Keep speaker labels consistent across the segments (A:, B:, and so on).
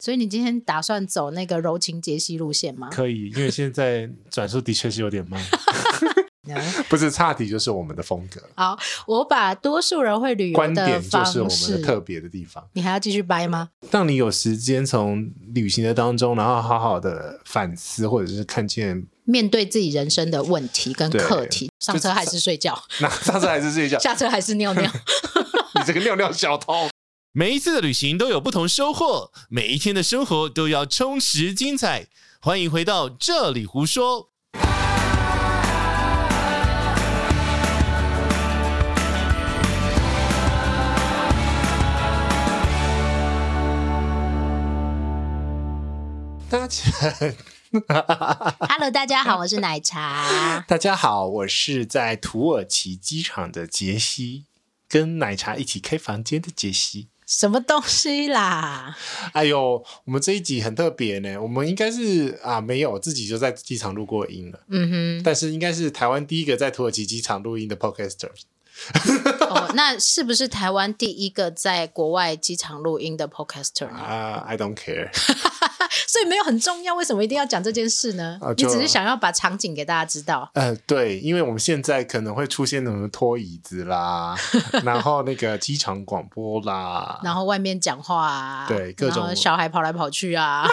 A: 所以你今天打算走那个柔情解析路线吗？
B: 可以，因为现在转速的确是有 点慢，
A: 嗯
B: 不是差题就是我们的风格，
A: 好， 我把多数人会旅游
B: 观
A: 的
B: 点就
A: 方
B: 是我们
A: 式
B: 的，特别的地方。
A: 你还要继续掰吗？
B: 让你有时间从旅行的当中，然后好好的反思，或者是看见
A: 面对自己人生的问题跟
B: 对
A: 课题，上车还是睡觉，
B: 那 上次还是睡觉，
A: 下车还是尿 尿。
B: 你这个尿尿小偷。
C: 每一次的旅行都有不同收获，每一天的生活都要充实精彩。欢迎回到这里胡说。
B: 大家
A: Hello，大家好，我是奶茶。
B: 大家好，我是在土耳其机场的杰西，跟奶茶一起开房间的杰西。
A: 什么东西啦？
B: 哎呦，我们这一集很特别呢，我们应该是啊没有自己就在机场录过音了，
A: 嗯
B: 但是应该是台湾第一个在土耳其机场录音的 podcaster。
A: 哼，哦，那是不是台湾第一个在国外机场录音的 podcaster 呢？
B: 啊、i don't care，
A: 所以没有很重要，为什么一定要讲这件事呢？
B: 啊
A: 你
B: 就
A: 只是想要把场景给大家知道。
B: 呃，对，因为我们现在可能会出现什么拖椅 子啦，然后那个机场广播啦，
A: 然后外面讲话啊，
B: 对各种
A: 然后小孩跑来跑去啊，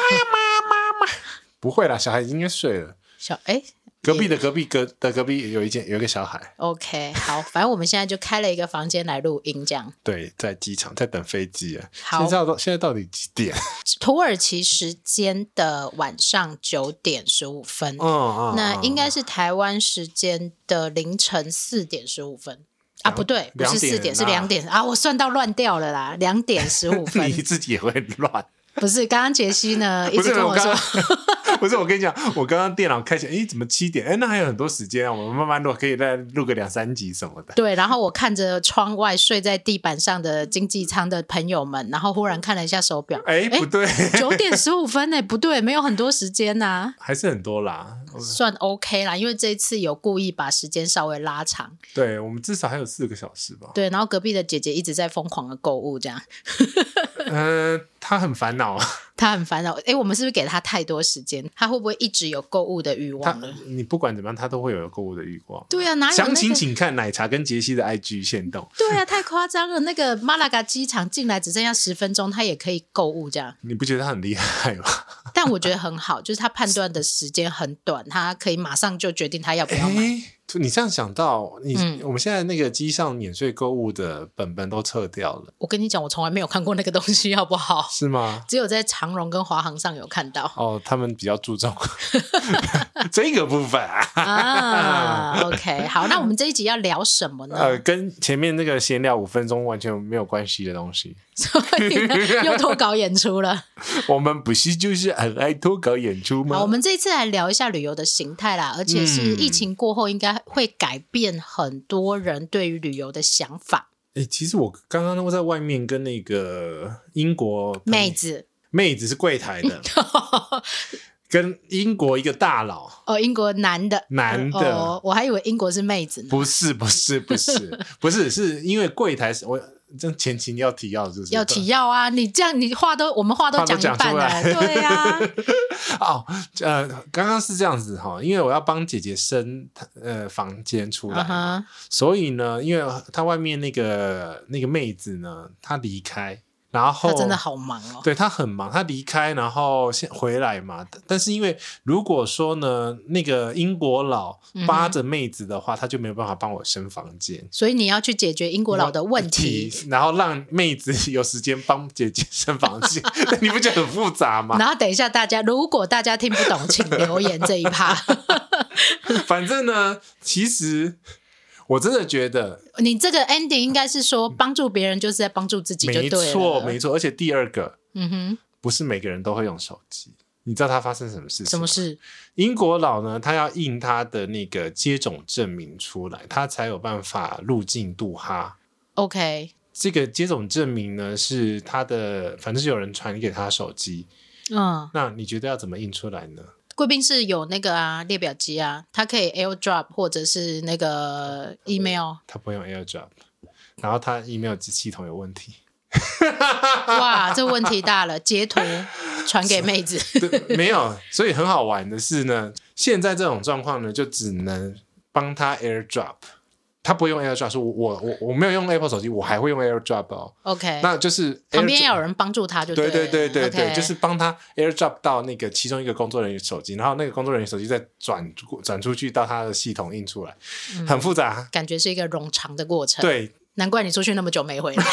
B: 不会啦，小孩应该睡了。
A: 小哎、
B: 隔壁的隔壁隔的隔壁有一间有一个小孩，
A: o k 好，反正我们现在就开了一个房间来录音，这样。
B: 对，在机场在等飞机啊。
A: 好
B: 现在到现在到底几点？
A: 土耳其时间的晚上九点十五分，
B: 嗯嗯
A: 那应
B: 该
A: 该是台湾时间的凌晨四点十五分啊，
B: 两
A: 不对，不是
B: 两点
A: 四点，是
B: 啦
A: 两点啊，我算到乱掉了啦，两点十五分
B: 你，自己也会乱。
A: 不是，刚刚杰西呢一
B: 不
A: 直
B: 是
A: 跟
B: 我
A: 我
B: 刚
A: 说，
B: 刚， 不是我跟你讲，我刚刚电脑开起来，诶，怎么七点？诶，那还有很多时间啊，我们慢慢录，可以再录个两三集什么的。
A: 对，然后我看着窗外睡在地板上的经济舱的朋友们，然后忽然看了一下手表，
B: 诶，哎不对，
A: 九点十五分呢、不对，没有很多时间呐、
B: 还是很多啦。
A: 算 OK 啦，因为这一次有故意把时间稍微拉长，
B: 对我们至少还有四个小时吧。
A: 对，然后隔壁的姐姐一直在疯狂的购物，这样
B: 嗯、他很烦恼，
A: 她很烦恼。诶，我们是不是给她太多时间？她会不会一直有购物的欲
B: 他
A: 望了？
B: 你不管怎么样，他都会有购物的欲望。
A: 对啊，哪有、那
B: 详
A: 个、
B: 情请看奶茶跟杰西的 IG 限动。
A: 对啊，太夸张了。那个马拉嘎机场进来只剩下十分钟，她也可以购物这样。
B: 你不觉得他很厉害吗？
A: 但我觉得很好，就是他判断的时间很短，他可以马上就决定他要 不
B: 哎、
A: 要买。
B: 就你这样想到，你、
A: 嗯
B: 我们现在那个机上免税购物的本本都撤掉了，
A: 我跟你讲，我从来没有看过那个东西，好不好？
B: 是吗？
A: 只有在长荣跟华航上有看到
B: 哦，他们比较 注重 这个部分啊。
A: 嗯啊。OK，好，那我们这一集要聊什么呢？
B: 呃，跟前面那个闲聊五分钟完全没有关系的东西，
A: 所以呢，又脱稿演出了。
B: 我们不是就是很爱脱稿演出吗？
A: 好，我们这一次来聊一下旅游的形态啦，而且
B: 嗯
A: 是疫情过后，应该会改变很多人对于旅游的想法。
B: 哎、其实我刚刚都在外面跟那个英国朋
A: 妹子，
B: 妹子是柜台的，跟英国一个大佬，
A: 哦，英国男的，
B: 男的
A: 哦，我还以为英国是妹子呢。
B: 不是不是不是不是，是因为柜台是我这前情要提要就是
A: 要提要啊！你这样，你话都我们话都
B: 话都
A: 讲一半了，
B: 讲出来
A: 对呀、
B: 哦，呃，刚刚是这样子哈，因为我要帮姐姐升呃房间出来
A: 啊，哈，
B: 所以呢，因为她外面那个那个妹子呢，她离开，然后
A: 他真的好忙哦。
B: 对她很忙，她离开然后先回来嘛。但是因为如果说呢，那个英国佬
A: 嗯
B: 扒着妹子的话，他就没有办法帮我升房间。
A: 所以你要去解决英国佬的问题，，
B: 然后让妹子 有时间帮姐姐升房间， 你不觉得很复杂吗？
A: 然后等一下大家，如果大家听不懂，请留言这一趴。
B: 反正呢，其实我真的觉得
A: 你这个 ending 应该是说，帮助别人就是在帮助自己，就
B: 没
A: 对了。
B: 错，没错。而且第二个，
A: 嗯哼，
B: 不是每个人都会用手机。你知道他发生什么事情？
A: 什么？事？
B: 英国佬呢，他要印他的那个接种证明出来，他才有办法入境杜哈。
A: OK，
B: 这个接种证明呢，是他的，反正是有人传给他手机。
A: 嗯，
B: 那你觉得要怎么印出来呢？
A: 贵宾室有那个啊列表机啊，它可以 AirDrop 或者是那
B: 哦
A: 个 email。
B: 他不会用 AirDrop，然后他 email 系统有问题。
A: 哇，这问题大了，截图传给妹子，
B: 对，没有， 所以很好玩的是呢，现在这种状况呢，就只能帮他 AirDrop，他不会用 AirDrop，是我我我我没有用 Apple 手机，我还会用 AirDrop 哦，
A: OK，
B: 那就是
A: 哎旁边
B: AirDrop-
A: 要有人帮助他就
B: 对
A: 对
B: 对对对对
A: OK
B: 就是帮他 AirDrop 到那个其中一个工作人员手机，然后那个工作人员手机再转转出去到他的系统印出来，
A: 嗯
B: 很复杂。
A: 感觉是一个冗长的过程。，
B: 对，
A: 难怪你出去那么久没回 来。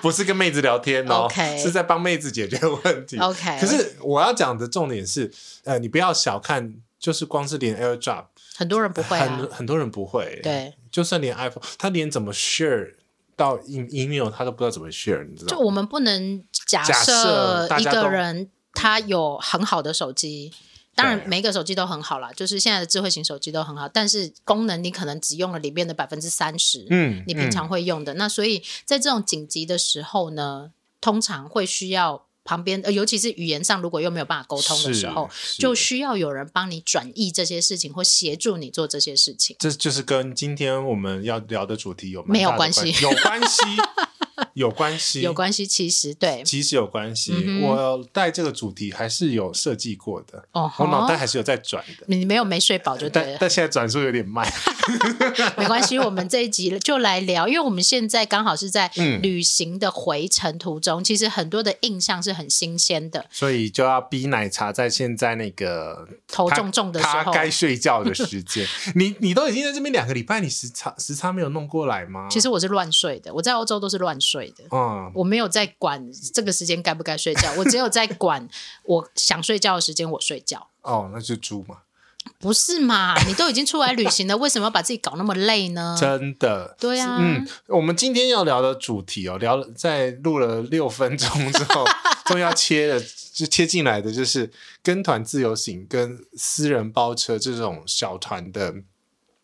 B: 不是跟妹子聊天哦
A: OK
B: 是在帮妹子解决问题。
A: OK，
B: 可是我要讲的重点是，呃，你不要小看，就是光是连 AirDrop，、
A: 很多人不会啊
B: 很。很多人不会，，
A: 对，
B: 就算连 iPhone，他连怎么 share 到 e- email，他都不知道怎么 share，你知道
A: 就
B: 吗？
A: 我们不能假
B: 假设
A: 设
B: 大
A: 一
B: 家都
A: 个人他有很好的手机。当然
B: 对，
A: 每一个手机都很好啦，就是现在的智慧型手机都很好，但是功能你可能只用了里面的百分之三十，
B: 嗯
A: 你平常会用的。那所以在这种紧急的时候呢，通常会需要旁边，呃，尤其是语言上如果又没有办法沟通的时候，，
B: 是是
A: 就需要有人帮你转译这些事情，或协助你做这些事情。
B: 这就是跟今天我们要聊的主题有蛮
A: 没有
B: 大的
A: 关
B: 关
A: 系
B: 有关系，有 关系，
A: 有关系，其实对
B: 其实有关系。
A: 嗯哼
B: 我带这个主题还是有设计过的，
A: 哦吼，
B: 我脑袋还是有在转的，
A: 你没有没睡饱就对
B: 但
A: 了，
B: 但现在转速有点慢。
A: 没关系。我们这一集就来聊，因为我们现在刚好是在
B: 嗯
A: 旅行的回程途中，其实很多的印象是很新鲜的。
B: 所以就要逼奶茶在现在那个
A: 头
B: 他
A: 重重的时候
B: 他该睡 觉的时间。你你都已经在这边两个礼拜，你时差时差没有弄过来吗？
A: 其实我是乱睡的，我在欧洲都是乱睡的。
B: 嗯，
A: 我没有在管这个时间该不该睡觉，我只有在管我想睡觉的时间我睡觉，
B: 哦，那就猪嘛，
A: 不是嘛？你都已经出来旅行了，为什么要把自己搞那么累呢？
B: 真的。
A: 对啊，
B: 嗯，我们今天要聊的主题哦，聊了在录了六分钟之后，终于要切的就切进来的就是跟团自由行跟私人包车这种小团的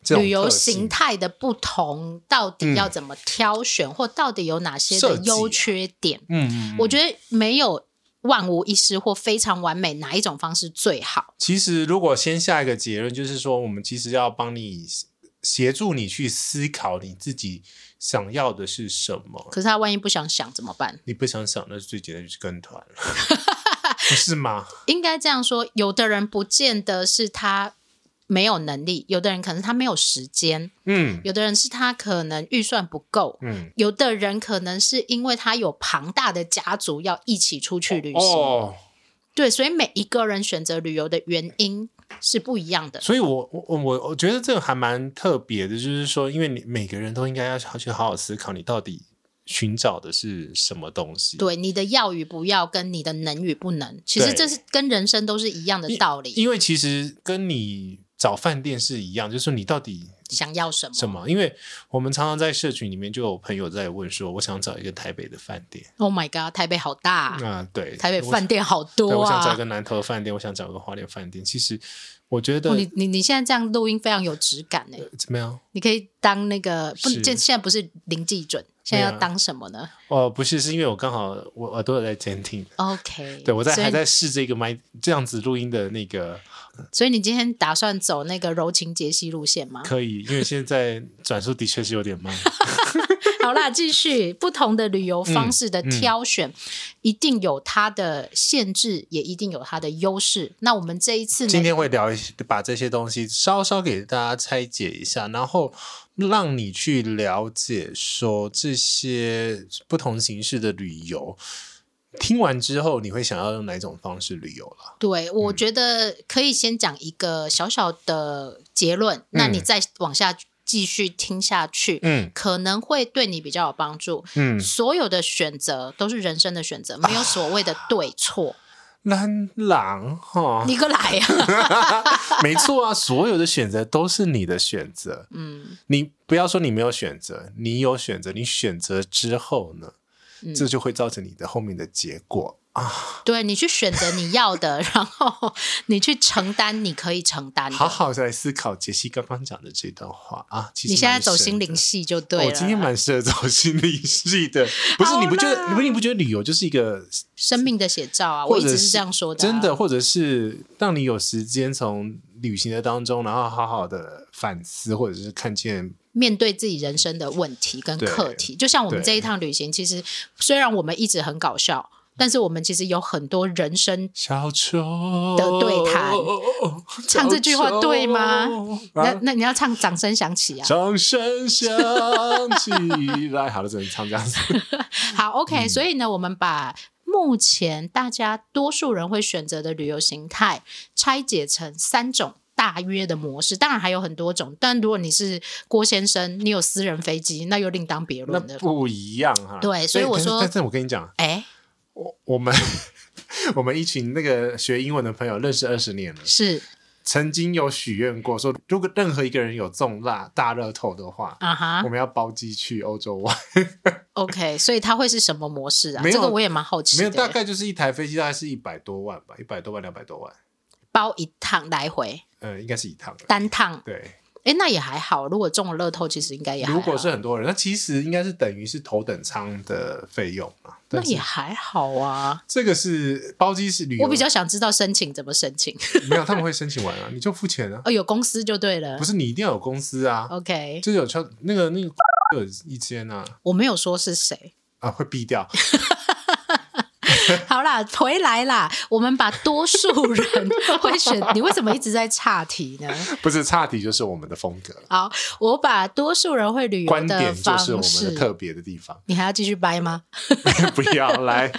B: 这种
A: 旅游
B: 特性
A: 形态的不同，到底要怎么挑选，或到底有哪些的优缺点？
B: 啊嗯，嗯，嗯
A: 我觉得没有万无一失或非常完美，哪一种方式最好？
B: 其实，如果先下一个结论，就是说，我们其实要帮你协助你去思考你自己想要的是什么。
A: 可是他万一不想想怎么办？
B: 你不想想，那最简单就是跟团了， 不是吗？
A: 应该这样说，有的人不见得是他没有能力，有的人可能他没有时间，
B: 嗯
A: 有的人是他可能预算不够。
B: 嗯，
A: 有的人可能是因为他有庞大的家族要一起出去旅行，
B: 哦，
A: 对，所以每一个人选择旅游的原因是不一样的。
B: 所以我我我我觉得这个还蛮特别的，就是说，因为你每个人都应该要去好好思考，你到底寻找的是什么东西。，
A: 对你的要与不要，跟你的能与不能，其实
B: 对
A: 这是跟人生都是一样的道理。
B: 因为其实跟你找饭店是一样，就是说你到底
A: 想要什么？
B: 什么？因为我们常常在社群里面就有朋友在问说，我想找一个台北的饭店
A: o h？Oh my god，台北好大、
B: 啊、对，
A: 台北饭
B: 店、
A: 店好
B: 对，
A: 多
B: 我想找
A: 啊！
B: 一个南投的饭店，我想找一个花莲饭店。其实我觉得、
A: 哦、你你你现在这样录音非常有质感呢，
B: 怎么样？
A: 你可以当那个不，
B: 是啊
A: 这现在不是零基准，现在要当什么呢
B: 哦，不是，是因为我刚好我耳朵有在监听，
A: ？OK，
B: 对我在
A: 所以
B: 还在试这个麦这样子录音的那个
A: 所以你今天打算走那个柔情杰西路线吗？
B: 可以，因为现在转速的确是有点慢。
A: 好啦，继续不同的旅游方式
B: 嗯
A: 的挑选，一定有它的限制，也一定有它的优势。那我们这一次呢？
B: 今天会聊一些，把这些东西稍稍给大家拆解一下，然后让你去了解说这些不同形式的旅游。听完之后，你会想要用哪种方式旅游了？
A: 对，我觉得可以先讲一个小小的结论，那你再往下继续听下去，
B: 嗯
A: 可能会对你比较有帮助。
B: 嗯，
A: 所有的选择都是人生的选择，没有所谓的对错。
B: 蓝狼哈，
A: 你个来啊呀、
B: 没错啊，所有的选择都是你的选择。
A: 嗯，
B: 你不要说你没有选择，你有选择，你选择之后呢，
A: 嗯
B: 这就会造成你的后面的结果啊。
A: 对你去选择你要的，然后你去承担你可以承担的。
B: 好好地来思考杰西刚刚讲的这段话啊。其实
A: 你现在
B: 蛮
A: 走
B: 深
A: 心
B: 的哦
A: 灵系就对了。
B: 我今天蛮适合走心理 系的，不是
A: 好啦
B: 你不觉得？你不觉得旅游就是一个
A: 生命的写照啊，我
B: 或
A: 一
B: 者
A: 直是这样说的、
B: 真的，，或者是让你有时间从旅行的当中，然后好好的反思，或者是看见
A: 面对自己人生的问题跟
B: 对
A: 课题，就像我们
B: 对
A: 这一趟旅行，其实虽然我们一直很搞笑。但是我们其实有很多人生
B: 小丑
A: 的对谈唱这句话对吗
B: 小丑
A: 那
B: 啊
A: 那你要唱掌声响起啊！
B: 掌声响起来， 好了，只能唱这 样子。
A: 好，OK，、所
B: 嗯
A: 以呢，我们把目前大家多数人会选择的旅游形态拆解成三种。大约的模式，当然还有很多种，但如果你是郭先生，你有私人飞机，那又另当别
B: 那
A: 论了。
B: 不一样哈。
A: 对所以我
B: 但是
A: 说
B: 但是我跟你讲，啊
A: 哎，
B: 我我们 我们一群那个学英文的朋友认识二十年了，
A: 是
B: 曾经有许愿过说，如果任何一个人有中辣大乐透的话，
A: 啊哈
B: 我们要包机去欧洲玩。
A: ，OK，所以它会是什么模式啊？
B: 没有
A: 这个我也蛮好奇的。
B: 没有，大概就是一台飞机，大概是一百多万吧，一百多万两百多万，
A: 包一趟来回
B: 呃，应该是一趟的。
A: 单趟，
B: 对，
A: 哎，那也还好。如果中了乐透，其实应该也还好
B: 如果是很多人，那其实应该是等于是头等舱的费用嘛。
A: 那
B: 但是
A: 也还好啊。
B: 这个是包机是旅游，
A: 我比较想知道申请怎么申请，
B: 没有，他们会申请完啊，你就付钱啊，
A: 哦，有公司就对了
B: 不。是你一定要有公司
A: 哦
B: 啊，
A: OK，
B: 就是有超那个那个有一间啊
A: 我没有说是谁。
B: 啊会毙掉，
A: 好啦，回来啦，我们把多数人会选，你为什么一直在岔题呢？
B: 不是差题就是我们的风格，
A: 好，我把多数人会旅游
B: 观
A: 的
B: 点就
A: 方
B: 是我们的特
A: 式。
B: 别的地方，
A: 你还要继续掰吗？
B: 不要 来，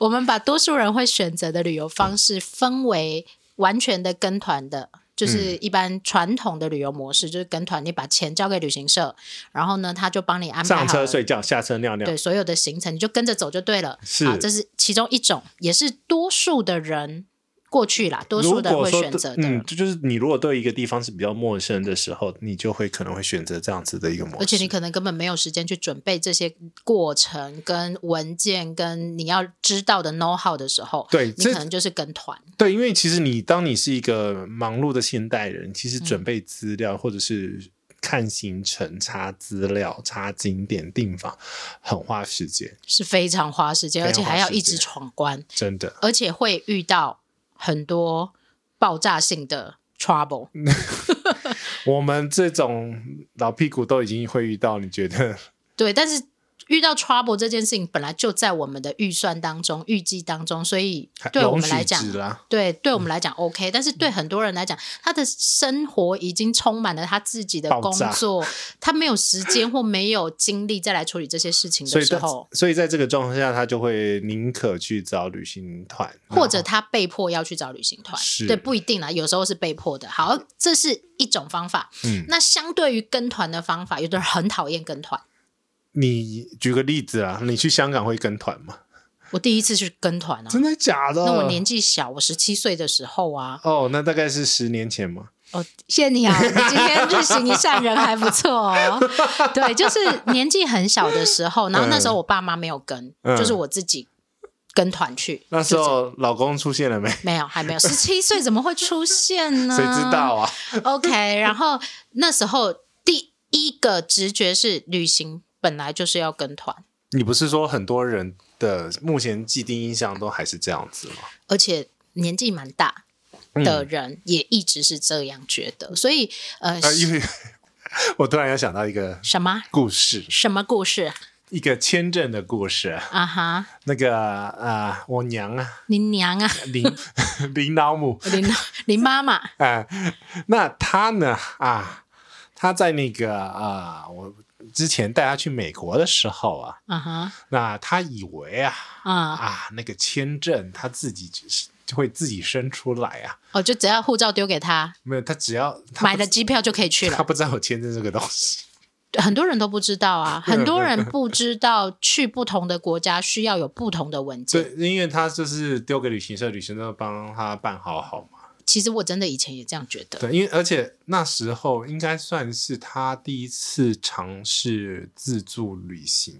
A: 我们把多数人会选择的旅游方式分为完全的跟团的，就是
B: 嗯
A: 一般传统的旅游模式，就是跟团，你把钱交给旅行社，然后呢，他就帮你安排好
B: 上
A: 了
B: 车睡觉，下车尿尿
A: 对，所有的行程，你就跟着走就对了。
B: 是
A: 好这是其中一种，也是多数的人过去啦，多数的人会选择的。
B: 嗯，这就是你如果对一个地方是比较陌生的时候，你就会可能会选择这样子的一个模式，
A: 而且你可能根本没有时间去准备这些过程、跟文件、跟你要知道的 know how 的时候，
B: 对
A: 你
B: 这
A: 可能就是跟团。
B: 对，因为其实你当你是一个忙碌的现代人，其
A: 嗯
B: 实准备资料或者是看行程、查资料、查景点、订房，很花时间，
A: 是非常花时间，
B: 非
A: 而
B: 常
A: 且
B: 花
A: 还要
B: 时
A: 一直
B: 间
A: 闯关，
B: 真的。
A: 而且会遇到很多爆炸性的 trouble。
B: 嗯我们这种老屁股都已经会遇到，你觉得？
A: 对，但是遇到 trouble 这件事情本来就在我们的预算当中、预计当中，所以对我
B: 容
A: 们
B: 许
A: 来讲，
B: 值啦，
A: 对对
B: 嗯
A: 我们来讲 OK，但是对很多人来讲，他的生活已经充满了他自己的
B: 爆
A: 工
B: 炸
A: 作，他没有时间或没有精力再来处理这些事情
B: 所
A: 的
B: 以
A: 时
B: 在
A: 候，
B: 所以在这个状况下，他就会宁可去找旅行团，
A: 或者他被迫要去找旅行团
B: 嗯是，
A: 对，不一定啦，有时候是被迫的。好，这是一种方法。
B: 嗯
A: 那相对于跟团的方法，有的人很讨厌跟团。
B: 你举个例子啊，你去香港会跟团吗？
A: 我第一次去跟团啊，
B: 真的假的？
A: 那我年纪小，我十七岁的时候啊，
B: 哦，那大概是十年前嘛。
A: 哦，谢谢你啊，你今天日行一善人还不错哦。对，就是年纪很小的时候，然后那时候我爸妈没有跟，
B: 嗯
A: 就是我自己跟团去。
B: 那时
A: 就是
B: 候老公出现了没？
A: 没有，还没有，十七岁怎么会出现呢？
B: 谁知道啊？
A: OK，然后那时候第一个直觉是旅行本来就是要跟团，
B: 你不是说很多人的目前既定印象都还是这样子吗？
A: 而且年纪蛮大的人也一直是这样觉得，所以呃，
B: 呃，因为 我突然要想到一个
A: 什么
B: 故事，
A: 什么故事
B: 一个签证的故事。
A: 啊哈，
B: 那个啊、呃我娘啊，
A: 你娘 啊，
B: 林 林老母
A: 林林妈妈
B: 啊、那她呢啊，她在那个啊、我之前带她去美国的时候啊，
A: 啊哈
B: 那她以为啊
A: 啊，
B: 啊那个签证她自己只是就会自己生出来啊，
A: 哦，就只要护照丢给他，
B: 没有，她只要她
A: 买了机票就可以去
B: 她
A: 了。
B: 不知道有签证这个东西。
A: 很多人都不知道啊，很多人不知道去不同的国家需要有不同的文件。
B: 对，因为他就是丢给旅行社，旅行社帮他办好好嘛。
A: 其实我真的以前也这样觉得。
B: 对，因为而且那时候应该算是他第一次尝试自助旅行，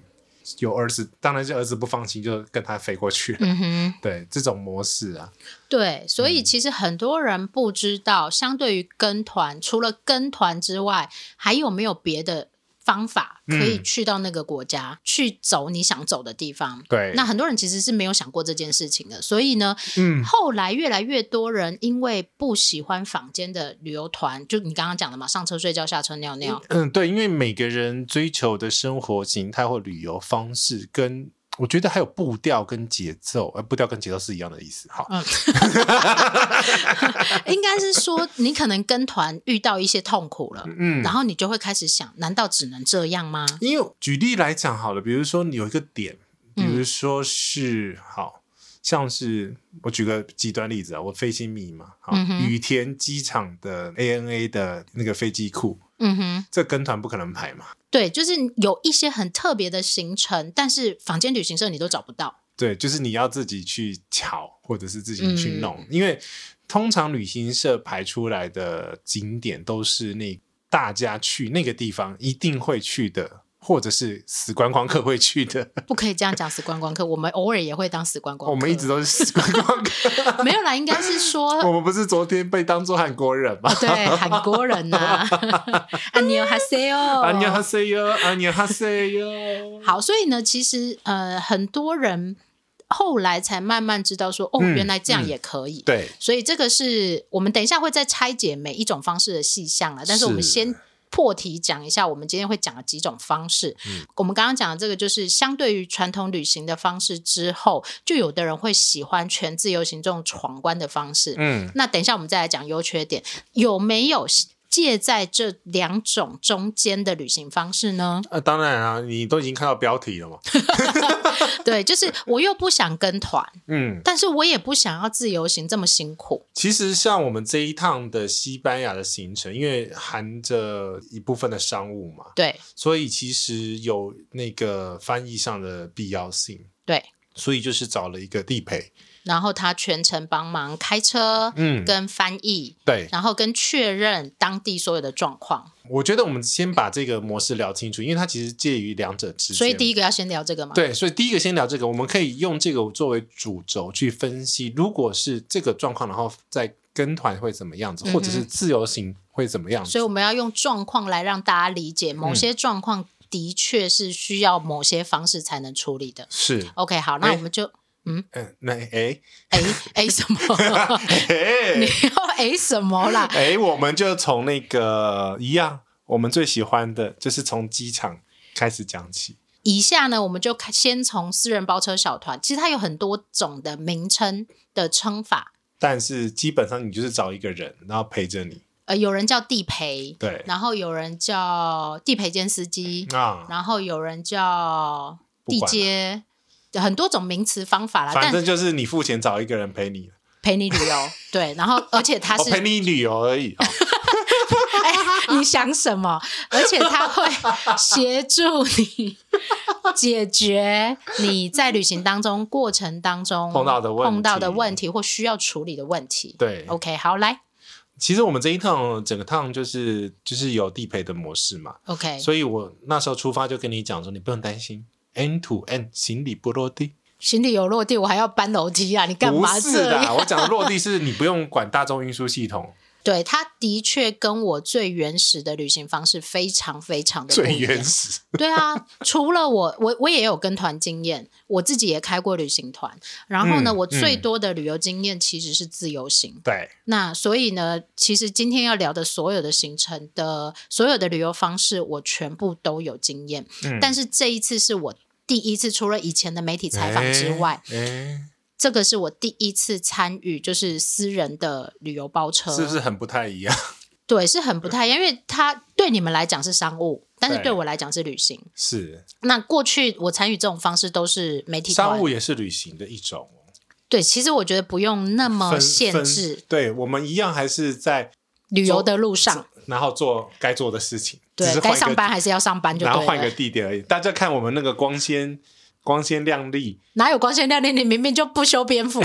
B: 有儿子，当然是儿子不放心，就跟他飞过去了。
A: 嗯哼。
B: 对，这种模式啊，
A: 对，所
B: 嗯
A: 以其实很多人不知道，相对于跟团，除了跟团之外，还有没有别的方法可以
B: 嗯
A: 去到那个国家，去走你想走的地方？
B: 对
A: 那很多人其实是没有想过这件事情的，所以呢，
B: 嗯，
A: 后来越来越多人因为不喜欢坊间的旅游团，就你刚刚讲的嘛，上车睡觉，下车尿尿，
B: 嗯，对，因为每个人追求的生活形态或旅游方式跟我觉得还有步调跟节奏，呃，步调跟节奏是一样的意思。好，
A: 嗯，
B: 嗯
A: 应该是说你可能跟团遇到一些痛苦了，
B: 嗯
A: 然后你就会开始想，难道只能这样吗？
B: 因为举例来讲好了，比如说你有一个点，比
A: 嗯
B: 如说是、好像是我举个极端例子啊，我飞行迷嘛，好、
A: 嗯哼
B: 羽田机场的 ANA 的那个飞机库，
A: 嗯哼，
B: 这跟团不可能排嘛。
A: 对，就是有一些很特别的行程，但是坊间旅行社你都找不到。
B: 对，就是你要自己去瞧，或者是自己去
A: 嗯
B: 弄，因为通常旅行社排出来的景点都是那大家去那个地方一定会去的，或者是死观光客会去的。
A: 不可以这样讲死观光客，我们偶尔也会当死观光客。
B: 哦 我们一直哦都是死观光客，
A: 没有啦，应该是
B: 我
A: 说
B: 们不是昨天被当做韩国人 吗？
A: 对韩国人 呐、啊，安妞哈塞哦，
B: 안녕하세요，안녕하세요。
A: 好，所以呢，其实呃，很多人后来才慢慢知道说，哦，
B: 嗯
A: 原来这样
B: 嗯
A: 也可以。
B: 对，
A: 所以这个是我们等一下会再拆解每一种方式的细项了，但是
B: 是
A: 我们先。破题讲一下，我们今天会讲的几种方式。
B: 嗯
A: 我们刚刚讲的这个，就是相对于传统旅行的方式之后，就有的人会喜欢全自由行这种闯关的方式。
B: 嗯，
A: 那等一下我们再来讲优缺点，有没有介在这两种中间的旅行方式呢？
B: 呃，当然啊，你都已经看到标题了嘛，
A: 对，就是我又不想跟团，
B: 嗯，
A: 但是我也不想要自由行这么辛苦。
B: 其实像我们这一趟的西班牙的行程，因为含着一部分的商务嘛，
A: 对
B: 所以其实有那个翻译上的必要性，
A: 对，
B: 所以就是找了一个地陪，
A: 然后他全程帮忙开车，
B: 嗯
A: 跟翻译，
B: 对，
A: 然后跟确认当地所有的状况。
B: 我觉得我们先把这个模式聊清楚，因为它其实介于两者之间。
A: 所以第
B: 一
A: 一个要先聊这个嘛。
B: 对，所以第一个先聊这个，我们可以用这个作为主轴去分析，如果是这个状况，然后再跟团会怎么样子，
A: 嗯哼
B: 或者是自由行会怎么样子。
A: 所以我们要用状况来让大家理解，
B: 嗯
A: 某些状况的确是需要某些方式才能处理的。
B: 是，
A: OK，好，那我
B: 哎
A: 们就
B: 嗯，那 哎
A: 哎哎什 么？
B: 哎
A: 你要哎什么啦？
B: 哎，我们就从那个一样，我们最喜欢的就是从机场开始讲起。
A: 以下呢，我们就开先从私人包车小团，其实它有很多种的名称的称法，
B: 但是基本上你就是找一个人，然后陪着你，
A: 呃，有人叫地陪，
B: 对
A: 然后有人叫地陪兼司机，
B: 啊，
A: 然后有人叫地接，很多种名词方法啦，
B: 反
A: 但
B: 正就是你付钱找一个人陪你，
A: 陪你旅游，对，然 后而且它
B: 我
A: 是
B: 哦陪你旅游而已啊。
A: 哎，你想什么？而且他会协助 你解决你在旅行当中过程当中
B: 碰到的问题
A: 碰到的问题或需要处理的问题。
B: 对，
A: OK，好，来
B: 其实我们这一趟整个趟就是就是有地陪的模式嘛，
A: ，OK，
B: 所以我那时候出发就跟你讲说，你不用担心，N to N 行李不落地，
A: 行李有落地，我还要搬楼梯啊？你干
B: 不
A: 嘛
B: 是
A: 这
B: 啦，
A: 样？
B: 我讲的落地是你不用管大众运输 系统，
A: 对，他的确跟我最原始的旅行方式非常非常的不
B: 最
A: 一样
B: 原始。
A: 对啊，除了我，我我也有跟团经验，我自己也开过旅行团。然后呢，
B: 嗯
A: 我最
B: 嗯
A: 多的旅游经验其实是自由行。
B: 对，
A: 那所以呢，其实今天要聊的所有的行程的所有的旅游方式，我全部都有经验。
B: 嗯
A: 但是这一次是我第一次，除了以前的媒体 采访之外，
B: 哎，哎
A: 这个是我第一次参与，就是私人的旅游包车，
B: 是不是？很不太一样？
A: 对，是很不太一样，因为它对你们来讲是商务，但是
B: 对
A: 对我来讲是旅行。
B: 是，
A: 那过去我参与这种方式都是媒体团
B: 商务也是旅行的一种哦，
A: 对，其实我觉得不用那么
B: 分
A: 限
B: 分
A: 制
B: 对我们一样还是在，
A: 旅游的路上，
B: 然后做该做的事情，只
A: 对
B: 是
A: 该
B: 换一
A: 上
B: 个
A: 班还是要上班就
B: 然后
A: 对
B: 换一
A: 了
B: 个。地点而已。大家看我们那个光鲜光鲜亮丽，
A: 哪有光鲜亮丽？你明明就不修边 幅，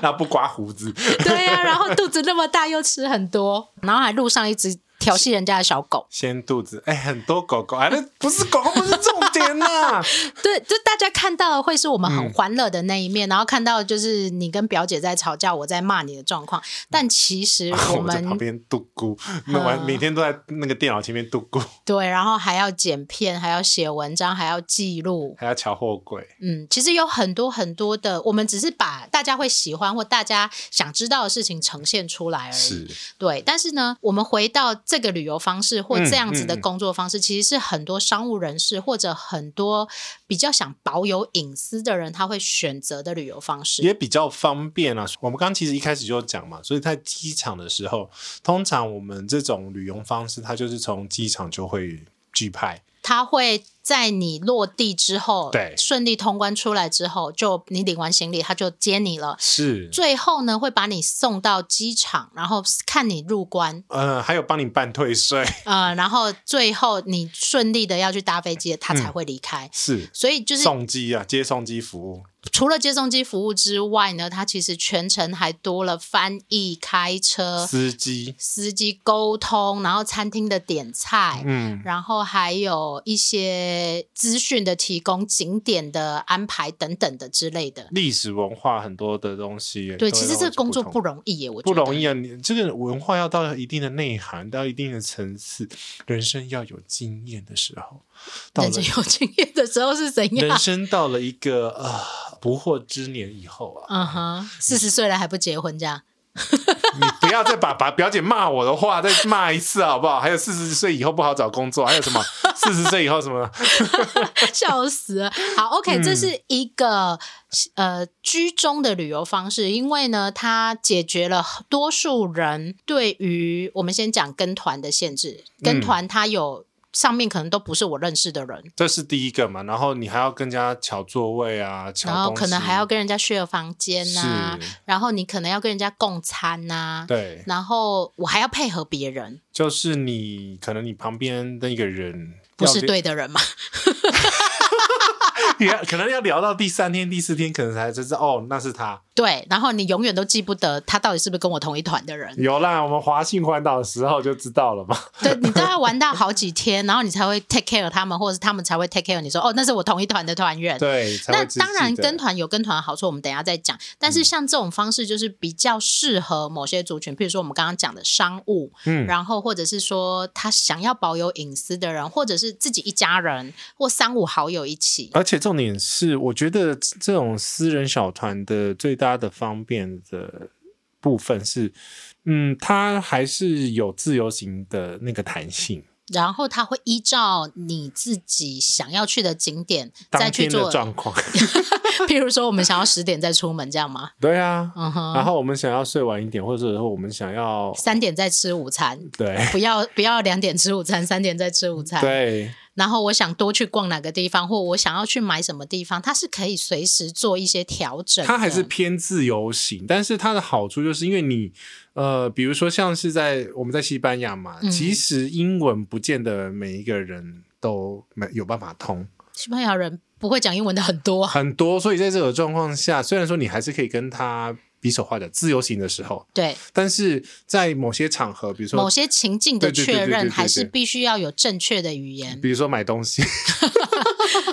B: 然后不刮胡子，
A: 对呀、然后肚子那么大又吃很多，然后还路上一直调戏人家的小狗，
B: 掀肚子，哎，很多狗狗，哎，那不是狗狗，不是重点 呐、
A: 对，就大家看到的会是我们
B: 嗯
A: 很欢乐的那一面，然后看到就是你跟表姐在吵架，我在骂你的状况，但其实
B: 嗯然后
A: 我
B: 我嗯在旁
A: 们
B: 边度咕，那完每天都在那个电脑前面度咕，
A: 对，然后还要剪片，还要写文章，还要记录，
B: 还要瞧货柜。
A: 嗯，其实有很多很多的，我们只是把大家会喜欢或大家想知道的事情呈现出来而已。
B: 哎是，
A: 对，但是呢，我们回到这个旅游方式或
B: 嗯
A: 这样子的
B: 嗯嗯
A: 工作方式，其实是很多商务人士或者很多比较想保有隐私的人，他会选择的旅游方式。
B: 也比较方便啊。我们刚刚其实一开始就讲嘛，所以在机场的时候，通常我们这种旅游方式，它就是从机场就会拒派。
A: 他会在你落地之后，
B: 对
A: 顺利通关出来之后，就你领完行李，他就接你了。
B: 是，
A: 最后呢，会把你送到机场，然后看你入关，
B: 呃，还有帮你办退税，
A: 呃，然后最后你顺利的要去搭飞机，他才会离开。
B: 是
A: 所以就是
B: 嗯 送机啊，接送机服务。
A: 除了接送机服务之外呢，它其实全程还多了翻译、开车、
B: 司机，
A: 司机沟通，然后餐厅的点菜。
B: 嗯，
A: 然后还有一些资讯的提供、景点的安排等等的之类的。
B: 历史文化很多的东西。
A: 对，
B: 嗯都
A: 其
B: 会
A: 实
B: 让
A: 这
B: 我
A: 个工作
B: 同
A: 不容易耶，我觉
B: 不
A: 得
B: 容易啊！你这个文化要到一定的内涵，到一定的层次，人生要有经验的时 候，到了
A: 人生有经验的时候是怎
B: 人
A: 样？
B: 生到了一个呃不惑之年以后啊，
A: 嗯哼，四十岁了还不结婚，这样
B: 你不要再把把表姐骂我的话再骂一次好不好？还有四十岁以后不好找工作，还有什 么四十岁以后什么？
A: 笑死了。好，OK，、这
B: 嗯
A: 是一个呃居中的旅游方式，因为呢，它解决了多数人对于我们先讲跟团的限制，跟
B: 嗯
A: 团它有。上面可能都不是我认识的人，
B: 这是第一个嘛，然后你还要跟人家抢座位啊，抢
A: 然后
B: 东
A: 可能
B: 西
A: 还要啊跟人家 share 房间呐、
B: 是
A: 然后你可能要跟人家共餐呐、
B: 对，
A: 然后我还要配合别人，
B: 就是你可能你旁边那个人
A: 不是
B: 要
A: 对的人嘛？
B: 也可能要聊到第三天、第四天，可能才才知道哦，那是他。
A: 对，然后你永远都记不得他到底是不是跟我同一团的人。
B: 有啦，我们华信环岛的时候就知道了 嘛。
A: 对你都要玩到好几天，然后你才会 take care 他们，或者是他们才会 take care 你说哦，那是我同一团的团员。
B: 对，才
A: 那
B: 会知
A: 当然，
B: 记得
A: 跟团有跟团的好处，我们等一下再讲。但
B: 嗯
A: 是像这种方式，就是比较适合某些族群，譬如说我们刚刚讲的商务，
B: 嗯
A: 然后或者是说他想要保有隐私的人，或者是自己一家人或三五好友一起。
B: 而且重点是，我觉得这种私人小团的最大的方便的部分是，嗯，它还是有自由行的那个弹性，
A: 然后他会依照你自己想要去的景点再
B: 当
A: 去
B: 天
A: 做
B: 的。状况。
A: 譬如说，我们想要十点再出门，这样吗？
B: 对啊，
A: 嗯
B: 然
A: 哼，
B: 后我们想要睡晚一点，或者说我们想要
A: 三点再吃午餐，
B: 对
A: 不要不要两点吃午餐，三点再吃午餐。
B: 对
A: 然后我想多去逛哪个地方，或我想要去买什么地方，它是可以随时做一些调整的。
B: 它还是偏自由行，但是它的好处就是因为你，呃，比如说像是在我们在西班牙嘛，
A: 嗯
B: 其实英文不见得每一个人都没有办法通，
A: 西班牙人不会讲英文的很多啊，
B: 很多，所以在这种状况下，虽然说你还是可以跟他比手画脚，自由行的时候，
A: 对
B: 但是在某些场合，比如说
A: 某些情境的
B: 对对对
A: 确
B: 对对
A: 认，
B: 对
A: 还是
B: 对
A: 必须要有正确的语言。
B: 比如说买东西、
A: 哦